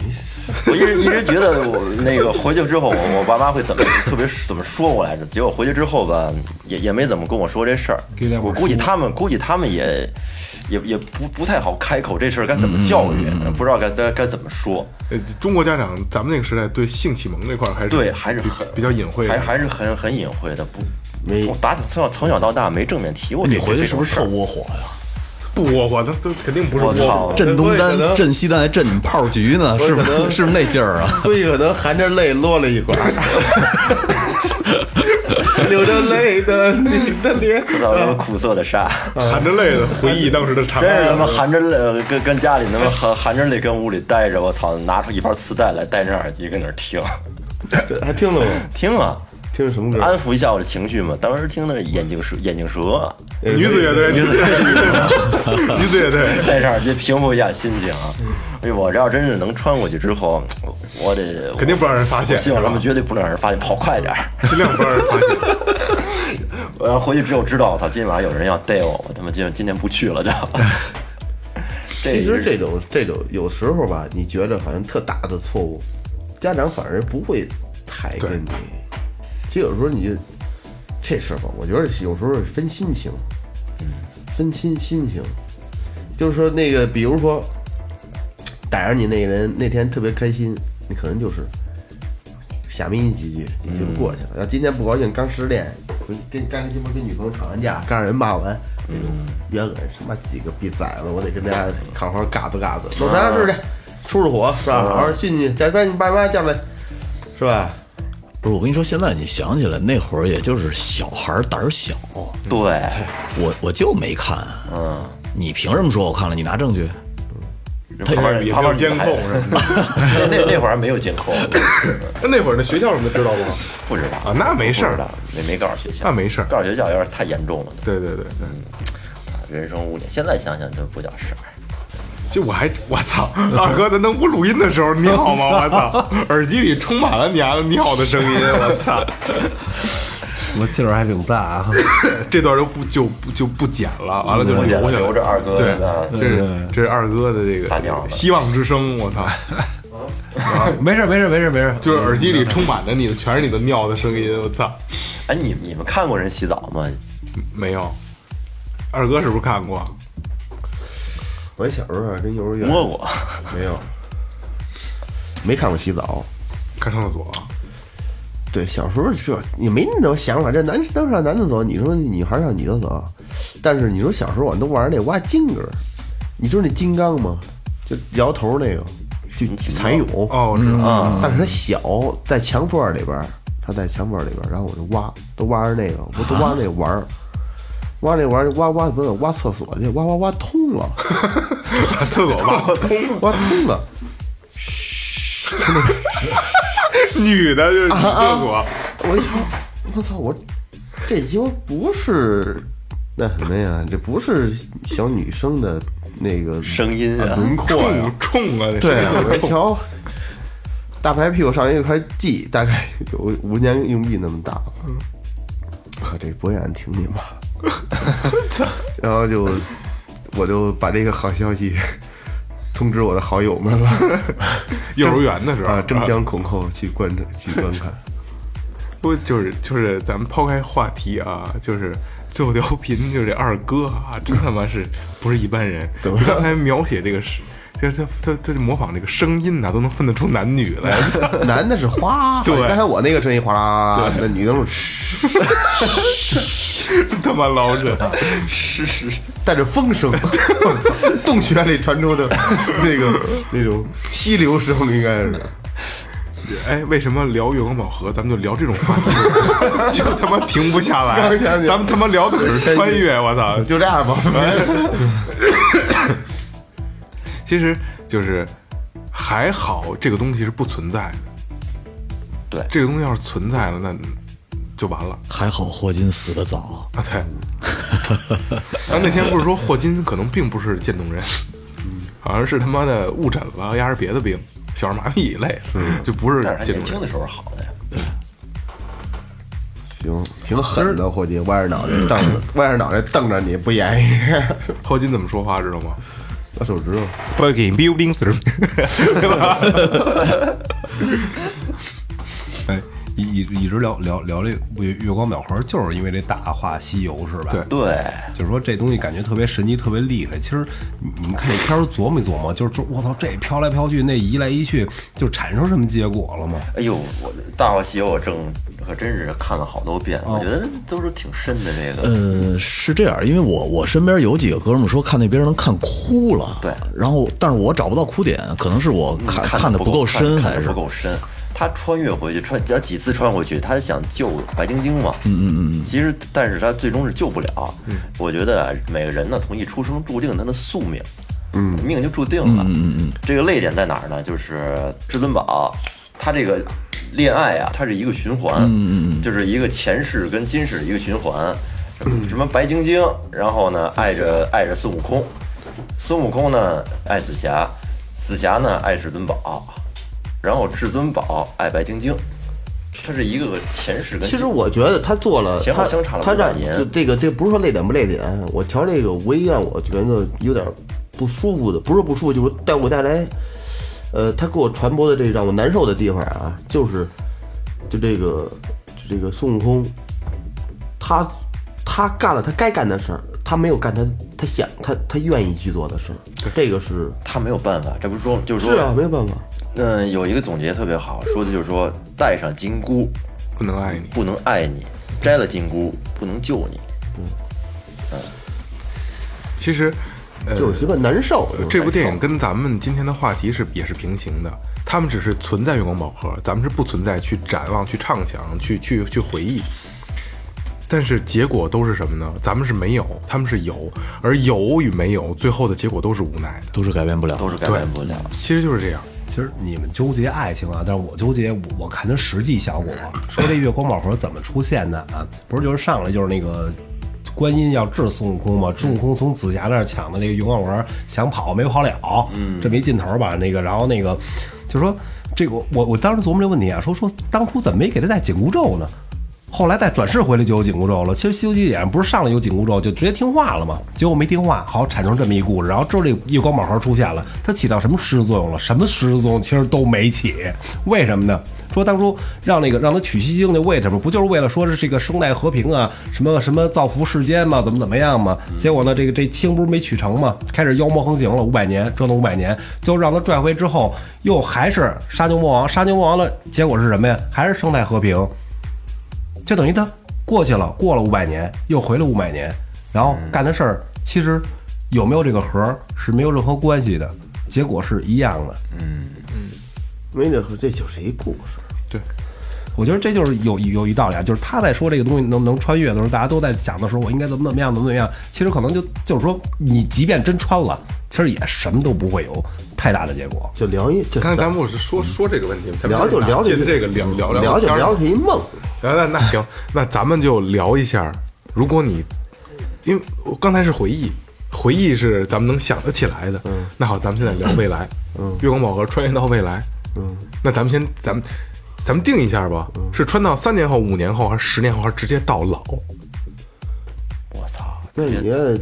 F: 我一直一直觉得我那个回去之后，我我爸妈会怎么特别怎么说我来着？结果回去之后吧，也也没怎么跟我说这事儿
E: 给脸。
F: 我估计他们估计他们也也也不不太好开口，这事儿该怎么教育，不知道该该该怎么说。
C: 呃，中国家长，咱们那个时代对性启蒙这块儿还是
F: 对，还是很
C: 比较隐晦的
F: 还还是很很隐晦的，不
D: 没
F: 从打小从小从小到大没正面提过这
G: 你回去
F: 这
G: 是不
F: 种
G: 是
F: 事
G: 特
F: 儿。
G: 窝火呀？
C: 不窝火，他他肯定不是窝
F: 我操
C: 火。
G: 震东
D: 所以可
G: 单、
D: 能
G: 震西单，还震你们炮局呢，是不
D: 可
G: 是？
D: 能
G: 是不是那劲儿啊？ (laughs)
D: 所以可能含着泪落了一管， (laughs) 流着泪的你的脸。
F: 造成苦涩
C: (laughs)
F: 的沙，
C: 含着泪的回忆当时的场
F: 真是他妈
C: 面。
F: 含着泪跟跟家里他妈含含着泪跟屋里待着，我操，拿出一盘磁带来戴着耳机跟那儿听
D: 还听了吗？
F: 听啊，
D: 听着什么歌？
F: 安抚一下我的情绪嘛。当时听那个眼镜蛇，眼镜蛇， (laughs)
C: 呃女子乐队，女子乐队，女子乐队，
F: 戴上耳机平复一下心情。
C: 嗯
F: 哎呦，我这要真是能穿过去之后，我得
C: 肯定不让人发现
F: 我希望他
C: 是
F: 们
C: 吧
F: 绝对不能让人发现，跑快点儿。
C: 尽量不让人发现。
F: (laughs) 我要回去之后知道，我操，今晚上有人要逮我，我他妈今今天不去了就。
D: (laughs) 其
F: 是
D: 实这种这种有时候吧，你觉得好像特大的错误，家长反而不会太跟你。其实有时候你就这事儿吧，我觉得有时候分心情，分心心情，就是说那个，比如说逮着你那个人那天特别开心，你可能就是瞎眯你几句，你就过去了。然后今天不高兴，刚失恋，跟跟刚鸡巴跟女朋友吵完架，刚让人骂完，那种冤恶他妈几个逼崽子，我得跟大家好好嘎子嘎子，弄啥试去，出出火是
F: 嗯
D: 吧？好好训训，再把你爸妈叫来，是吧？
G: 不是，我跟你说，现在你想起来那会儿，也就是小孩儿胆儿小，
F: 对，
G: 我我就没看。嗯，你凭什么说我看了？你拿证据？
F: 旁边
C: 也
F: 旁
C: 没有
F: 边
C: 监控什么的。
F: 那那那会儿还没有
C: (laughs)
F: 监控，
C: 那会儿那学校什么的知道吗？
F: 不知道
C: 啊那没事儿
F: 不知道没没告诉学校，
C: 那没事儿
F: 告诉学校有点太严重了，
C: 对对对对，
F: 人生污点。现在想想都不叫事儿。
C: 就我还我操， (laughs) 二哥，咱能不录音的时候尿吗？我操，耳机里充满了娘的尿的声音，我 (laughs) 操，
E: 我劲儿还挺大啊。
C: 这段就不就不就嗯不剪了，完了就
F: 我
C: 留
F: 现
C: 下
F: 在
C: 来
F: 留着二哥
C: 对
F: 的，
C: 这是这是二哥的这
F: 撒尿
C: 个
F: 了
C: 希望之声，我 (laughs) 操，
E: (laughs) 没事儿没事儿没事儿没事儿，
C: 就是耳机里充满了你的全是你的尿的声音，我操，
F: 哎，你你们看过人洗澡吗？
C: 没有，二哥是不是看过？
D: 我小时候啊跟幼儿园
F: 摸过，
D: 没有，没看过洗澡。
C: 看上厕所，
D: 对，小时候是也没那种想法，这男生上男厕所，你说女孩上女厕所，但是你说小时候我都玩那挖金戈，你知道那金刚吗？就摇头那个，就就蚕蛹。
C: 哦，我知道，
D: 啊，但是它小，在墙缝儿里边儿，它在墙缝儿里边儿，然后我就挖，都挖着那个，我都挖着那玩儿，挖那玩儿，挖挖不是挖厕所去，挖挖挖通了，
C: 看厕所吧，
D: 挖通了，
C: 女的就是女厕所，
D: 我一瞧，我操，我这鸡巴不是那什么呀，这不是小女生的那个
F: 声音啊
D: 轮廓呀、
C: 冲冲啊，那
D: 对
C: 声音
D: 啊，
C: 就
D: 我
C: 是
D: 一
C: 冲
D: 瞧，大白屁股上一块稷，大概有五年硬币那么大吧。
F: 嗯
D: 我这博远挺你妈！
F: (laughs)
D: 然后就我就把这个好消息通知我的好友们了
C: 幼儿园的时候
D: 啊，争相恐后去观去观看。
C: 不就是就是咱们抛开话题啊，就是最后调频就是这二哥啊，真他妈是不是一般人？ (laughs) 就刚才描写这个是，就是他他他模仿这个声音呐、都能分得出男女来。 (laughs)
D: (laughs) 男的是哗，
C: 对
D: 刚才我那个声音哗啦，那女的是
C: 他妈老扯，
D: 是是带着风声， (laughs) 洞穴里传出的那 (laughs) 个那种溪流声，应该是。
C: 哎，为什么聊月光宝盒，咱们就聊这种话题，就他妈停不下来
D: (laughs) 刚想？起
C: 咱们他妈聊的可是穿越，啊我
D: (laughs)
C: 操！
D: 就这样吧。
C: 其实就是还好，这个东西是不存在的。
F: 对
C: 这个东西要是存在了，那就完了。
G: 还好霍金死得早，
C: 啊，对。 (laughs) 然后那天不是说霍金可能并不是渐冻人，好像是他妈的误诊了，压着别的病，小儿麻痹一类的，就不是
F: 嗯但是他
C: 渐
F: 年轻
C: 冻
F: 的
C: 人。
F: 时候好的呀。
D: 行，挺狠的，伙计，歪着脑袋瞪 (laughs) 着，歪着脑袋瞪着你不言语。 (laughs)
C: 霍金怎么说话知道吗
D: 我手指头，
C: ？Fucking building through，对吧？
E: 哎，一一一直聊聊聊这月月光宝盒，就是因为这《大话西游》是吧？
C: 对
F: 对，哎
E: 就是说这东西感觉特别神奇，特别厉害。其实你你们看这片儿琢磨一琢磨，就是说我操，这飘来飘去，那移来移去，就产生什么结果了吗？
F: 哎呦，我《大话西游》我正可真是看了好多遍，我觉得都是挺深的这个。
G: 呃，是这样，因为我我身边有几个哥们儿说看那边能看哭了，
F: 对
G: 然后但是我找不到哭点，可能是我嗯看、
F: 看
G: 的
F: 不
G: 够
F: 看得
G: 深，
F: 看得
G: 还是
F: 不够深。他穿越回去，穿他几次穿回去，他想救白晶晶嘛。嗯嗯嗯。其实，但是他最终是救不了。嗯。我觉得啊每个人呢，从一出生注定他的宿命，嗯，命就注定了。嗯嗯嗯。这个泪点在哪儿呢？就是至尊宝，他这个恋爱啊，它是一个循环，嗯嗯就是一个前世跟今世的一个循环。什么什么白晶晶，然后呢，爱着爱着孙悟空，孙悟空呢爱紫霞，紫霞呢爱至尊宝，然后至尊宝爱白晶晶，它是一个前世跟
D: 其实我觉得他做了，
F: 前后
D: 他
F: 相差了
D: 他
F: 五百
D: 让
F: 年
D: 这这个这不是说泪点不泪点，我瞧这个唯一让我觉得有点不舒服的，不是不舒服，就是带我带来，呃，他给我传播的这让我难受的地方啊，就是就这个就这个孙悟空，他他干了他该干的事儿，他没有干他他想他他愿意去做的事儿，这个是
F: 他没有办法，这不是说就是说
D: 是啊，没有办法，
F: 嗯，有一个总结特别好，说的就是说，戴上金箍
C: (laughs) 不能爱你。
F: 不能爱你，摘了金箍不能救你。
C: 其实，呃，
D: 就是觉得难受。
C: 这部电影跟咱们今天的话题是也是平行的，他们只是存在月光宝盒，咱们是不存在去展望、去畅想、去去去回忆。但是结果都是什么呢？咱们是没有，他们是有，而有与没有，最后的结果都是无奈的。
G: 都是改变不了的
F: 都。是改变不了。
C: 其实就是这样。
E: 其实你们纠结爱情啊，但是我纠结我我看它实际效果。说这月光宝盒怎么出现的啊？不是就是上来就是那个观音要治孙悟空嘛？孙悟空从紫霞那儿抢的那个月光宝盒，想跑没跑了，嗯，这没尽头吧？那个，然后那个就说这个，我我当时琢磨这问题啊，说说当初怎么没给他戴紧箍咒呢？后来再转世回来就有紧箍咒了。其实《西游记》里面不是上来有紧箍咒就直接听话了吗？结果没听话，好产生这么一故事。然后之后这月光宝盒出现了，它起到什么实质作用了？什么实质作用其实都没起。为什么呢？说当初让那个让他取西经的为什么？不就是为了说是这个生态和平啊，什么什么造福世间嘛，怎么怎么样嘛？结果呢，这个这清不是没取成嘛，开始妖魔横行了，五百年折腾五百年，最后让他拽回之后，又还是杀牛魔王，杀牛魔王了，结果是什么呀？还是生态和平。就等于他过去了，过了五百年，又回了五百年，然后干的事儿其实有没有这个核儿是没有任何关系的，结果是一样的。
D: 没得说，这就是一故事。
C: 对，
E: 我觉得这就是有有一道理啊，就是他在说这个东西能能穿越的时候，大家都在想的时候，我应该怎么怎么样，怎么怎么样。其实可能就就是说，你即便真穿了，其实也什么都不会有太大的结果。
D: 就聊一，就
C: 刚才咱们我是说说这个问题，咱们
D: 聊就聊
C: 借
D: 这
C: 着这个聊聊
D: 聊就
C: 天儿
D: 聊是一梦，
C: 那那那行，那咱们就聊一下，如果你，因为我刚才是回忆，回忆是咱们能想得起来的。嗯，那好，咱们现在聊未来。嗯，月光宝盒穿越到未来。嗯，那咱们先，咱们，咱们定一下吧，是穿到三年后、五年后，还是十年后，还是直接到老？
F: 我操，
D: 那你这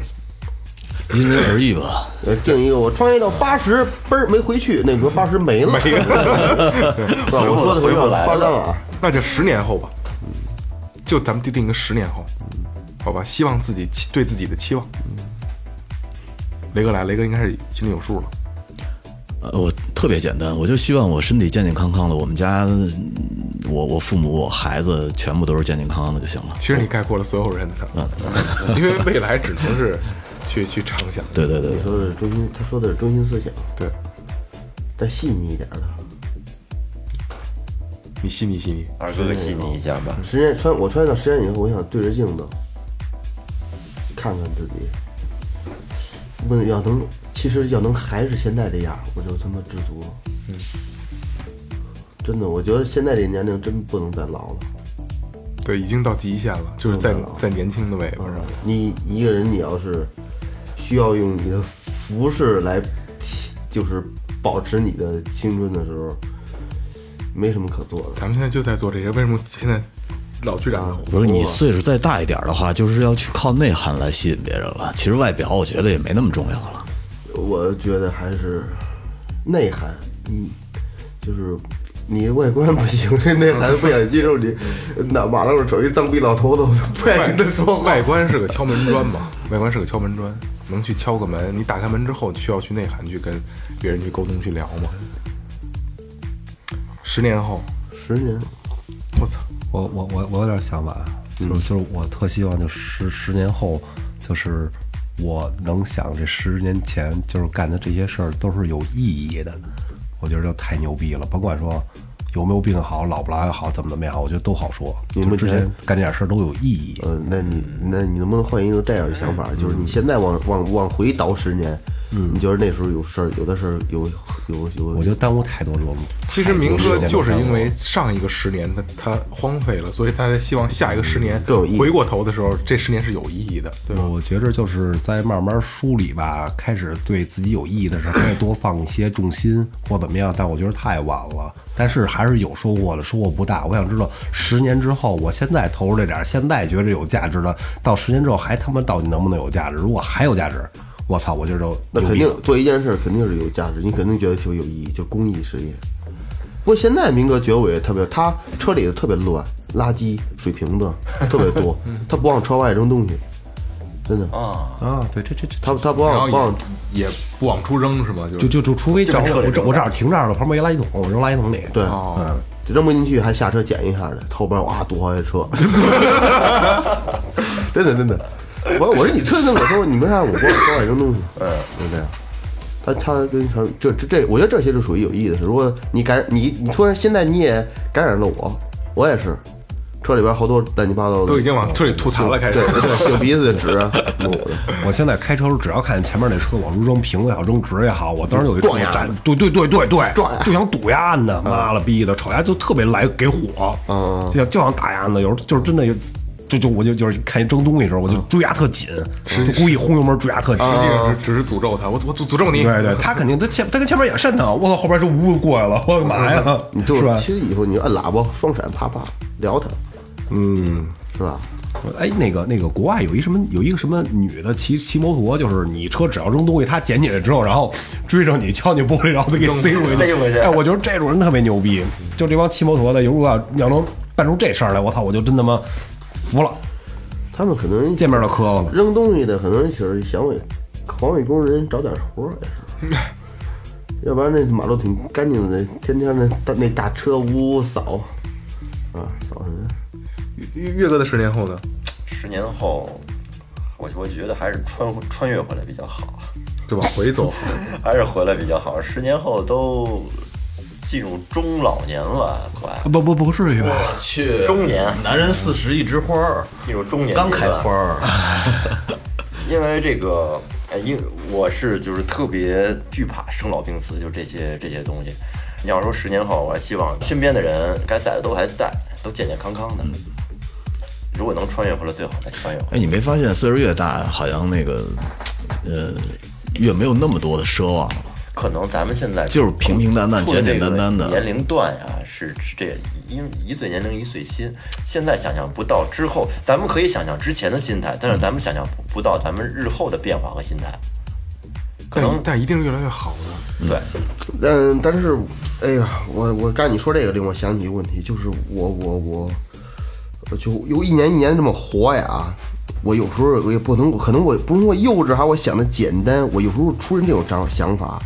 G: 因人而异吧。
D: 呃定一个，我创业到八十，嘣儿没回去，那你说八十没了，没了，我说的
F: 回不来了
D: 夸张啊，
C: 那就十年后吧。就咱们就定个十年后，好吧？希望自己期对自己的期望。雷哥来，雷哥应该是心里有数了。
G: 呃，我特别简单，我就希望我身体健健康康的。我们家，嗯我我父母我孩子全部都是健健康康的就行了。
C: 其实你概括了所有人的， (laughs) 因为未来只能是去去畅想。
G: 对对对
D: 你说的是中心，他说的是中心思想，
C: 对，
D: 再细腻一点的。
C: 你细腻细腻，
F: 二哥哥信你一下吧。
D: 实验穿我穿上实验以后，我想对着镜子看看自己，问要能，其实要能还是现在这样，我就他妈知足了。嗯，真的，我觉得现在这年龄真不能再老了。
C: 对，已经到极限了，就是在
D: 明白了
C: 在年轻的尾巴上。
D: 你一个人，你要是需要用你的服饰来，就是保持你的青春的时候，没什么可做的。
C: 咱们现在就在做这些，为什么现在老去染头？
G: 不是你岁数再大一点的话，就是要去靠内涵来吸引别人了。其实外表我觉得也没那么重要了。
D: 我觉得还是内涵，嗯，就是你外观不行，这内涵不想接受你，
E: 嗯
D: 那马路上走一脏逼老头子，我就不愿意跟他说话。
C: 外观是个敲门砖嘛， (laughs) 外观是个敲门砖，能去敲个门。你打开门之后，需要去内涵，去跟别人去沟通，去聊嘛。十年后，
D: 十年，
C: 我操，
E: 我我我我有点想法，就是就是我特希望就十十年后，就是我能想这十年前就是干的这些事儿都是有意义的，我觉得就太牛逼了。甭管说有没有病好，老不老也好，怎么怎么样好，我觉得都好说。
D: 你
E: 就
D: 目
E: 之
D: 前
E: 前干这点事儿都有意义。
D: 呃，那你那你能不能换一种这样的想法，就是你现在往往往回倒十年，你觉得那时候有事儿，有的事儿有有有，
E: 嗯我觉得耽误太多了。
C: 其实明哥
E: 太多时间了
C: 就是因为上一个十年他他荒废了，所以他才希望下一个十年
D: 更有意义
C: 回过头的时候，这十年是有意义的，对吧？
E: 我觉着就是在慢慢梳理吧，开始对自己有意义的事儿，开始多放一些重心或怎么样，但我觉得太晚了。但是还是有收获的，收获不大。我想知道十年之后，我现在投入这点儿，现在觉着有价值的，到十年之后还他妈到底能不能有价值？如果还有价值，我操，我今儿就
D: 那
E: 牛
D: 肯
E: 逼
D: 定
E: 了
D: 做一件事肯定是有价值，你肯定觉得挺有意义，就公益事业。不过现在民革觉悟也特别，他车里特别乱，垃圾、水瓶子特别
C: (laughs)
D: 多，他不往车外扔东西，真的，
E: 啊！对，这这这
D: 他他不
C: 然后
D: 往不往
C: 也也不往出扔是吗？就
E: 就就就除非正
F: 就
E: 好
F: 把车
E: 我
F: 给
E: 这我这儿停这儿了，旁边一垃圾桶，我扔垃圾桶里。
D: 对，嗯
C: 哦，
D: 扔不进去还下车捡一下的，后边哇堵好些
C: (laughs)
D: 车，真的真的。我我说你车那我说你没看我不往车外扔东西，嗯，就这样。他他跟他这这这，我觉得这些就属于有意义的事。如果你感染你你突然现在你也感染了我，我也是，车里边好多乱七八糟的，
C: 都已经往车里吐痰了，开始
D: 对。对，擤鼻子的纸啊，抹的。
E: 我现在开车时候，只要看见前面那车往出扔瓶子也好，扔纸也好，我当时有一撞
D: 撞呀
E: 站，对对对对对，就想堵呀呢，妈了逼的，吵架就特别来给火，嗯，就想就想打呀呢，有时候就是真的有。就就我就就是看见扔东西的时候，我就追压特紧，就故意轰油门追压特紧。
C: 实际上只只是诅咒他，我我诅诅咒你。
E: 对对，他肯定他前他跟前面也渗他，我操后边就呜过来了，我干嘛呀？
D: 你就是
E: 吧？
D: 其实以后你就按喇叭双闪啪啪撩他，嗯，是吧？
E: 哎，那个那个，国外有一什么有一个什么女的骑骑摩托，就是你车只要扔东西，她捡起来之后，然后追上你，敲你玻璃，然后再给塞回去。
F: 塞回去
E: 哎，我觉得这种人特别牛逼，就这帮骑摩托的，如果要要能办出这事儿来，我操，我就真他妈服了，
D: 他们可能
E: 见面就磕巴了。
D: 扔东西的可能是想给环卫工人找点活儿，也是。要不然那马路挺干净的，天天那大那大车呜呜扫，啊扫什么？
C: 岳岳哥的十年后呢？
D: 啊
F: 十年后，我我觉得还是穿穿越回来比较好，
C: 就往回走，
F: 还是回来比较好。十年后都进入中老年了，快
E: 不不不至于吧？
G: 我去，
F: 中年
G: 男人四十一枝花儿，
F: 进入中年阶段
G: 啊刚开花儿，
F: 因为这个，哎，因为我是就是特别惧怕生老病死，就这些这些东西。你要说十年后，我还希望身边的人该在的都还在，都健健康康
G: 嗯
F: 的。如果能穿越回来，最好再穿越回来。
G: 哎，你没发现岁数越大，好像那个，呃，越没有那么多的奢望了。
F: 可能咱们现在
G: 就是平平淡淡
F: 处的这个
G: 简简单单的
F: 年龄段呀、是是这因为一岁年龄一岁心，现在想象不到之后，咱们可以想象之前的心态，但是咱们想象不不到咱们日后的变化和心态。可
C: 但
F: 能
C: 但一定是越来越好的。
G: 嗯
F: 对，
D: 但但是，哎呀，我我刚才你说这个令我想起一个问题，就是我我我，呃就又一年一年这么活呀，啊我有时候我也不能，可能我不是说幼稚，还是我想的简单，我有时候出现这种想想法，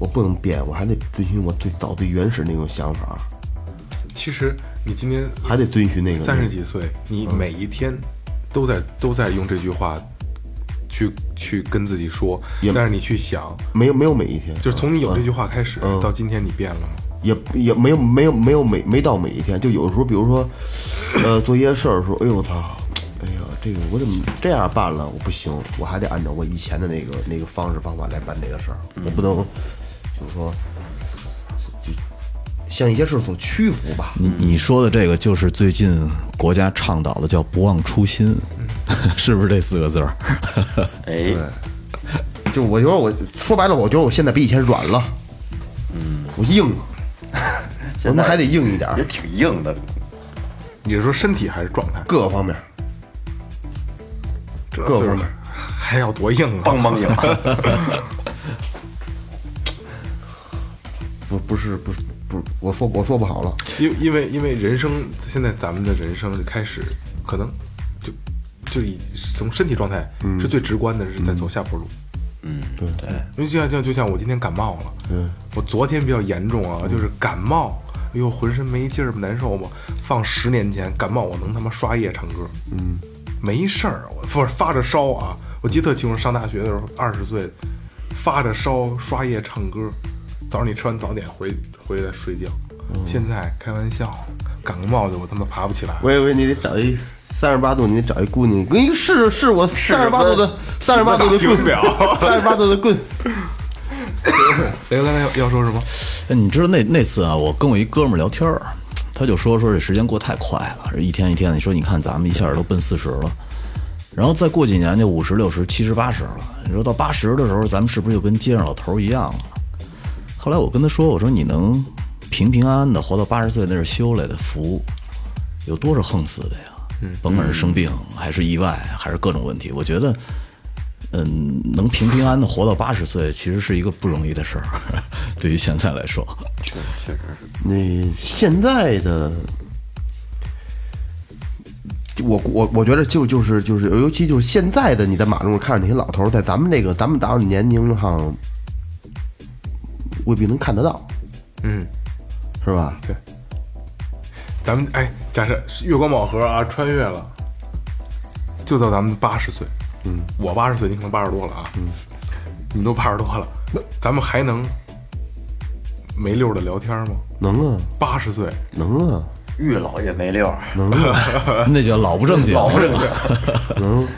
D: 我不能变，我还得遵循我最早最原始那种想法，
C: 其实你今天
D: 还得遵循那个
C: 三十几岁，你每一天都在都在用这句话去去跟自己说，
D: 也
C: 但是你去想，
D: 没有没有每一天，
C: 就是从你有这句话开始到今天，你变了吗？
D: 也也没有没有没有每没到每一天，就有的时候，比如说，呃，做一些事儿的时候，哎呦我操，哎呀，这个我怎么这样办了？我不行，我还得按照我以前的那个那个方式方法来办这个事儿，我不能就是说，就向一些事所屈服吧。
G: 你你说的这个就是最近国家倡导的叫不忘初心， (laughs) 是不是这四个字儿？ (laughs)
F: 哎，
D: 就我觉得我说白了，我觉得我现在比以前软了，嗯，我硬
C: (laughs)
D: 了，我他
F: 现在
D: 妈还得硬一点儿，
F: 也挺硬的。
C: 你是说身体还是状态？
D: 各个方面，
C: 这
D: 各
C: 岁
D: 方
C: 数
D: 面
C: 还要多硬啊？
F: 梆梆硬。
D: 不不是不是不是，我说我说不好了。
C: 因因为因为人生现在咱们的人生就开始可能就就以从身体状态是最直观的，是在走下坡路。
F: 嗯，对，
C: 因为就像就像就像我今天感冒了，我昨天比较严重啊，就是感冒，哎呦浑身没劲儿，难受嘛。放十年前感冒，我能他妈刷夜唱歌，嗯，没事儿，我不是发着烧啊，我记得特清楚，上大学的时候二十岁，发着烧刷夜唱歌，早上你吃完早点回回来睡觉。现在开玩笑，感个冒就我他妈爬不起来了。
D: 我以为你得找一三十八度，你得找一姑娘，你是是我三十八度的三十八度的
C: 听
D: 棍
C: 不了，
D: 三十八度的棍。
C: 雷哥刚才要要说什么？
G: 哎你知道那那次啊，我跟我一哥们儿聊天儿，他就说说这时间过太快了，一天一天的。你说你看咱们一下都奔四十了，然后再过几年就五十六十七十八十了。你说到八十的时候，咱们是不是就跟街上老头儿一样了？后来我跟他说，我说你能平平安安的活到八十岁，那是修来的福。有多少横死的呀？甭管是生病还是意外还是各种问题，我觉得，嗯，能平平安安的活到八十岁，其实是一个不容易的事儿， (laughs) 对于现在来说。
D: 你现在的，我我我觉得就就是就是，尤其就是现在的，你在马路上看着那些老头儿，在咱们这个咱们达到年龄上，未必能看得到，
C: 嗯，
D: 是吧？
C: 对。咱们哎，假设月光宝盒啊穿越了，就到咱们八十岁，嗯，我八十岁，你可能八十多了啊，嗯，你都八十多了，那咱们还能没溜的聊天吗？
D: 能啊，
C: 八十岁，
D: 能啊，
F: 越老越没溜儿，
G: 那叫老不正经，
F: 嗯老不正经。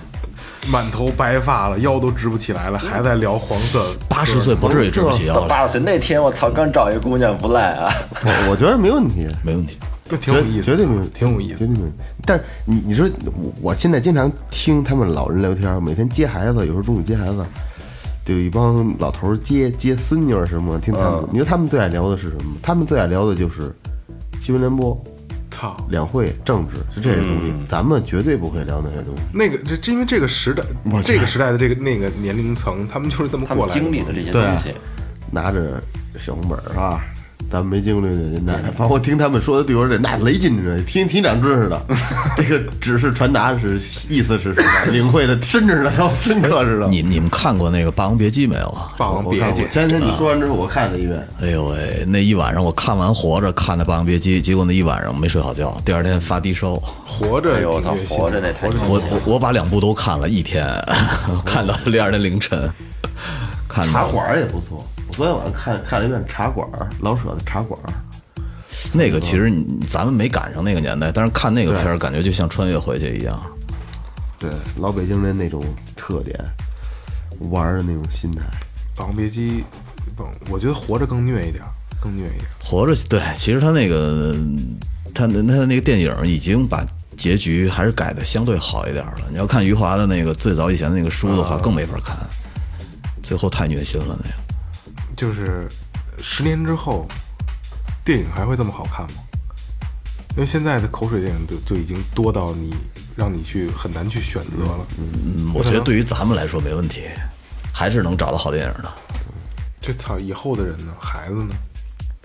C: 满头白发了，腰都直不起来了，还在聊黄色，
G: 八十岁不至于直不起腰
F: (laughs)
G: 来，
F: 八十岁那天我操，刚找一姑娘不赖
D: (laughs)
F: 啊，
D: 我我觉得没问题。
G: 没问题。
C: 这挺有意思，
D: 绝绝对没有
C: 挺有意
D: 绝
C: 思
D: 对。没有。但是你你说我我现在经常听他们老人聊天，每天接孩子，有时候中午接孩子，就有一帮老头儿接接孙女儿什么，听他们，
C: 嗯
D: 你说他们最爱聊的是什么？他们最爱聊的就是新闻联播、
C: 操，
D: 两会、政治，是这些东
C: 嗯
D: 西。咱们绝对不会聊那些东西。
C: 那个这这因为这个时代，这个时代的这个那个年龄层，他们就是这么
F: 他
C: 过
F: 们
C: 来
F: 经
C: 的。
F: 历的这些
D: 对啊
F: 东西，
D: 拿着小红本儿啊，咱没经历的年代，反正我听他们说的对我这那雷劲着，听听长知 (laughs) 识的，这个只是传达是意思是什么，领会的深知的到深刻知道。
G: 你你们看过那个《霸王别姬》没有啊？
C: 霸王
D: 我
C: 别
D: 看我
C: 姬，
D: 前两天你说完之后，我看了一遍，
G: 哎呦喂，那一晚上我看完《活着》，看的《霸王别姬》，结果那一晚上没睡好觉，第二天发低烧。
C: 活
D: 啊
C: 着
F: 哎呦我
C: 挺
F: 操
C: 虐，心的，
F: 活着那太
G: 我我我把两部都看了一天， (laughs) 看到第二天凌晨，看
D: 茶
G: 到
D: 馆儿也不错。我昨天晚上看看了一遍茶馆儿，老舍的茶馆儿。
G: 那个其实你咱们没赶上那个年代，但是看那个片儿感觉就像穿越回去一样。
D: 对，老北京人那种特点，玩儿的那种心态。
C: 霸王别姬，霸王我觉得活着更虐一点，更虐一点。
G: 活着对，其实他那个他那他那个电影已经把结局还是改的相对好一点了。你要看余华的那个最早以前的那个书的话，更没法看，最后太虐心了那个。
C: 就是呃十年之后，电影还会这么好看吗？因为现在的口水电影就就已经多到你让你去很难去选择了。
G: 嗯，我觉得对于咱们来说没问题，还是能找到好电影的。
C: 这操，以后的人呢，孩子呢，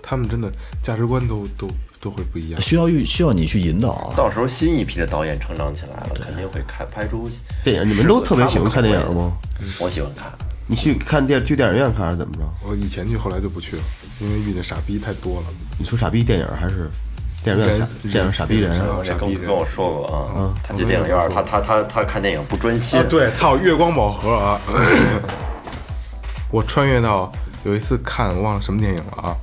C: 他们真的价值观都都都会不一
G: (laughs)
C: 样。
G: 需要遇需要你去引导啊。
F: 到时候新一批的导演成长起来了，肯定会开拍出
D: 啊电影你们都特别喜欢看电影吗？
F: 我喜欢看，
D: 你去看电去电影院看还是怎么着？
C: 我以前去，后来就不去了，因为遇见傻逼太多了。
D: 你说傻逼电影还是电影院傻
C: 人
D: 电影哎傻逼嗯人？
C: 人
F: 我也跟
C: 傻
F: 我
C: 逼人
F: 跟我说过啊，他进电影院，他他他他看电影不专心
C: 啊，，对，操，月光宝盒啊！ (coughs) 我穿越到有一次看，我忘了什么电影了啊。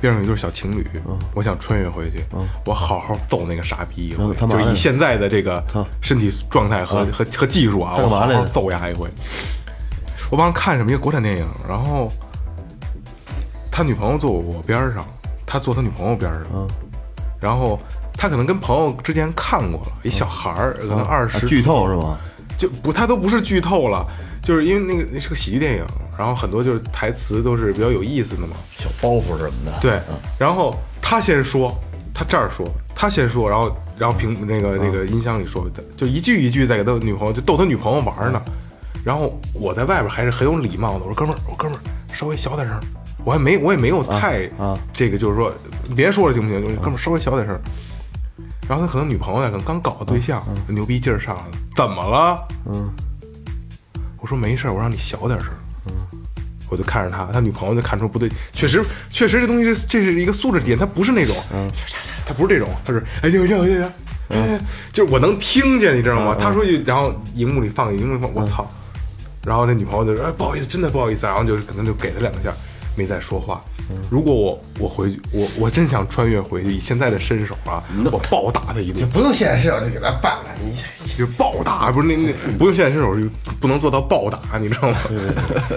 C: 边上有一对小情侣，
D: 嗯
C: 我想穿越回去，我好好揍那个傻逼一回
D: 嗯，他
C: 就
D: 嘛来
C: 是
D: 着
C: 以现在的这个
D: 他嗯
C: 身体状态和和和技术啊，
D: 他
C: 我
D: 干嘛
C: 好
D: 来着
C: 好揍他一回。我忘了看什么一个国产电影，然后他女朋友坐我边儿上，他坐他女朋友边儿上，
D: 嗯
C: 然后他可能跟朋友之前看过了，一小孩儿，可能二
D: 啊
C: 十
D: 剧透是吗？
C: 就不，它都不是剧透了，就是因为那个那是个喜剧电影，然后很多就是台词都是比较有意思的嘛。
G: 小包袱什么的。，
C: 对，
D: 嗯
C: 然后他先说，他这儿说，他先说，然后然后屏那个那个音箱里说，就一句一句在给他女朋友就逗他女朋友玩
D: 嗯
C: 呢。然后我在外边还是很有礼貌的，我说哥们儿，我哥们儿稍微小点声儿，我还没我也没有太
D: 啊嗯
C: 这个就是说你别说了行不行？就是哥们儿稍微小点声儿。然后他可能女朋友呀，可能刚搞个对象，牛逼劲儿上来了，怎么了？
D: 嗯，
C: 我说没事儿，我让你小点声。嗯，我就看着他，他女朋友就看出不对，确实，确实这东西是这是一个素质点，他不是那种，
F: 嗯
C: 他不是这种，他是哎呦呦呦呦，哎， (laughs) 就是我能听见，你知道
F: 嗯
C: 吗？他说一句，然后荧幕里放，荧幕里放，我操！然后那女朋友就说哎不好意思，真的不好意思啊，然后就是可能就给他两下，没再说话。
F: 嗯
C: 如果我我回去，我我真想穿越回去，以现在的身手啊，我暴打他一顿。
F: 不用现在视角就给他办了，你
C: 就是暴打，不是那那不用现在身手就不能做到暴打，你知道吗？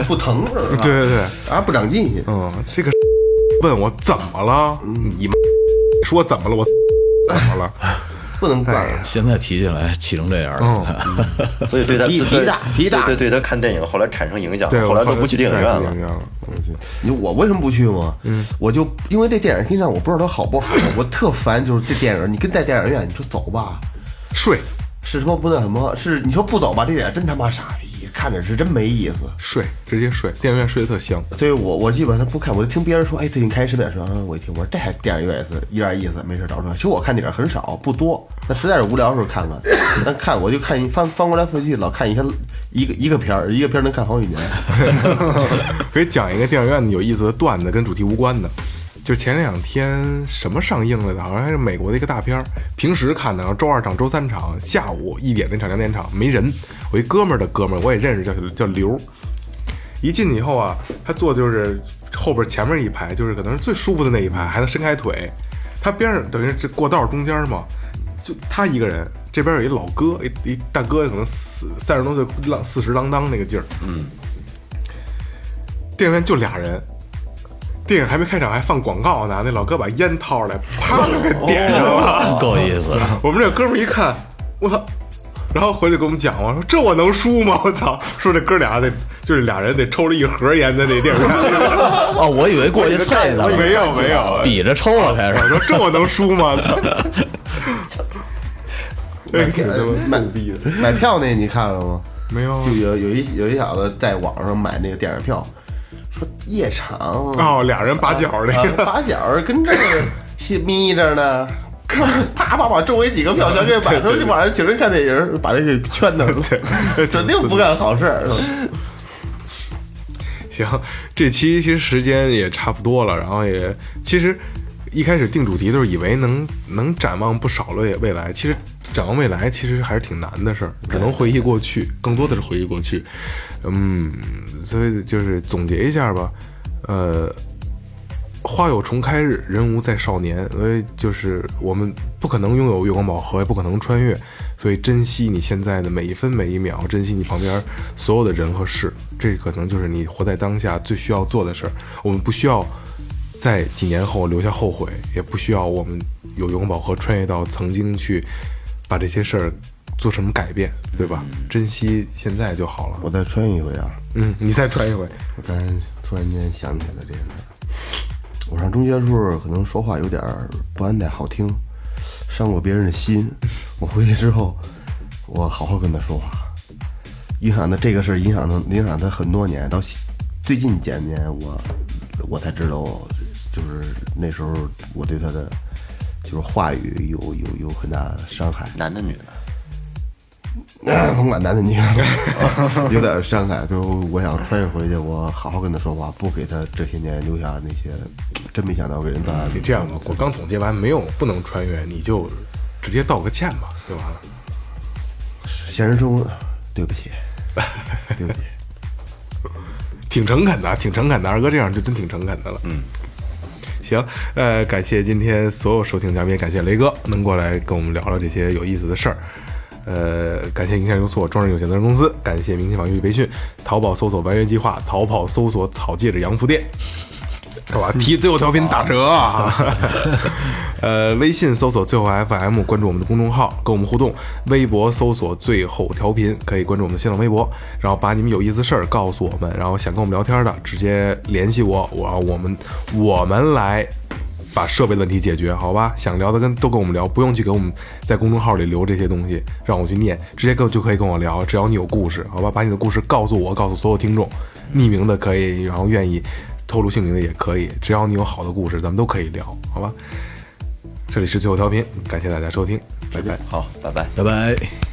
D: 不疼是吧？
C: 对对对，
D: 啊，不长进。
C: 嗯，这个 (laughs) 问我怎么了？
F: 嗯
C: 你说怎
F: (laughs)
C: 么了？我怎么了？
D: 不能干。
G: 现在提起来气成这样了。
F: 所以对他
D: 脾
F: 对
D: 脾大脾大
F: 对对对他看电影后来产生影响，
C: 对，
F: 后来
C: 我
F: 都不去电影院
C: 对
F: 了
C: 电影。院了。
D: 你说我为什么不去吗？嗯，我就因为这电影厅上我不知道它好不好，我特烦就是这电影，你跟在电影院，你说走吧，
C: 睡，
D: 是他妈不那什么，是你说不走吧，这电影真他妈傻逼，己看着是真没意思。
C: 睡，直接睡，电影院睡得特香。
D: 对我，我基本上不看，我就听别人说，哎，最近看什么电影？啊我一听，我说这还电影院也是一点意思，没事找出来。其实我看电影很少，不多，那实在是无聊的时候看看。但看我就看一翻翻过来覆去，老看一些一个一个片儿，一个片儿能看好几年。
C: (laughs) 给讲一个电影院有意思的段子，跟主题无关的。就前两天什么上映了的，好像还是美国的一个大片儿。平时看的，然后周二场、周三场，下午一点那场、两点场没人。我一哥们儿的哥们儿，我也认识，叫叫刘。一进去以后啊，他坐就是后边前面一排，就是可能是最舒服的那一排，还能伸开腿。他边上等于这过道中间嘛，就他一个人，这边有一老哥，一一大哥，可能四三十多岁，浪四十郎当那个劲儿。嗯，电影院就俩人，电影还没开场还放广告呢，那老哥把烟掏出来，啪就给点上了。
G: 够意思。
C: 我们这哥们儿一看，我操！然后回去给我们讲嘛，说这我能输吗？我操！说这哥俩得就是俩人得抽了一盒烟在那地儿看，
G: 哦，我以为过去菜呢，
C: (laughs) 没有没有，
G: 比着抽了开
C: 我
G: 始。
C: 说这我能输吗？操！哎，挺他 (laughs) 妈
D: 买买票那你看了吗？
C: 没有啊
D: 就有有一有一小子在网上买那个电影票，说夜场
C: 哦，俩人把脚那
D: 啊
C: 个，
D: 八角儿跟这儿细眯着
C: (laughs)
D: 呢，哥们儿啪啪把周围几个票全给买出去，晚上请人看电影儿，把这给圈那儿
C: (laughs)
D: 了，肯定不干好事儿。
C: (laughs) 行，这期其实时间也差不多了，然后也其实一开始定主题的时候，以为能能展望不少了未未来，其实展望未来其实还是挺难的事儿，只能回忆过去，更多的是回忆过去。嗯，所以就是总结一下吧，呃，花有重开日，人无再少年。所以就是我们不可能拥有月光宝盒，也不可能穿越，所以珍惜你现在的每一分每一秒，珍惜你旁边所有的人和事。这可能就是你活在当下最需要做的事儿。我们不需要在几年后留下后悔，也不需要我们有月光宝盒穿越到曾经去把这些事儿做什么改变，对吧？珍惜现在就好了。
D: 我再穿一回啊，
C: 嗯，你再穿一回。
D: 我刚才突然间想起来这个事儿。我上中学的时候可能说话有点儿不安太好听，伤过别人的心。我回去之后，我好好跟他说话，影响他这个事儿影响他影响他很多年。到现最近几年，我我才知道，就是那时候我对他的就是话语有有有很大的伤害。
F: 男的女的，
D: 甭管男的女的，有点伤害。最后我想穿越回去，我好好跟他说话，不给他这些年留下那些真没想到给人带来
C: (laughs) 你
D: 的。
C: 这样吧，我刚总结完，没有不能穿越，你就直接道个歉吧，就完了。
D: 现实中，对不起，对不起。
C: 挺诚恳的，啊挺诚恳的，二哥这样就真挺诚恳的了。嗯，行，呃，感谢今天所有收听嘉宾，也感谢雷哥能过来跟我们聊聊这些有意思的事儿。呃，感谢营销有所装饰有限责任公司，感谢明星法律培训，淘宝搜索“完约计划”，淘宝搜索“草戒指洋服店”。好吧，提最后调频打折啊！呃，微信搜索最后 FM，关注我们的公众号，跟我们互动；微博搜索最后调频，可以关注我们的新浪微博，然后把你们有意思事儿告诉我们，然后想跟我们聊天的，直接联系我，我我们我们来把设备问题解决，好吧？想聊的跟都跟我们聊，不用去给我们在公众号里留这些东西，让我去念，直接跟就可以跟我聊，只要你有故事，好吧？把你的故事告诉我，告诉所有听众，匿名的可以，然后愿意透露姓名的也可以，只要你有好的故事，咱们都可以聊，好吧？这里是最后调频，感谢大家收听，拜拜。
F: 好，拜拜。
G: 拜拜。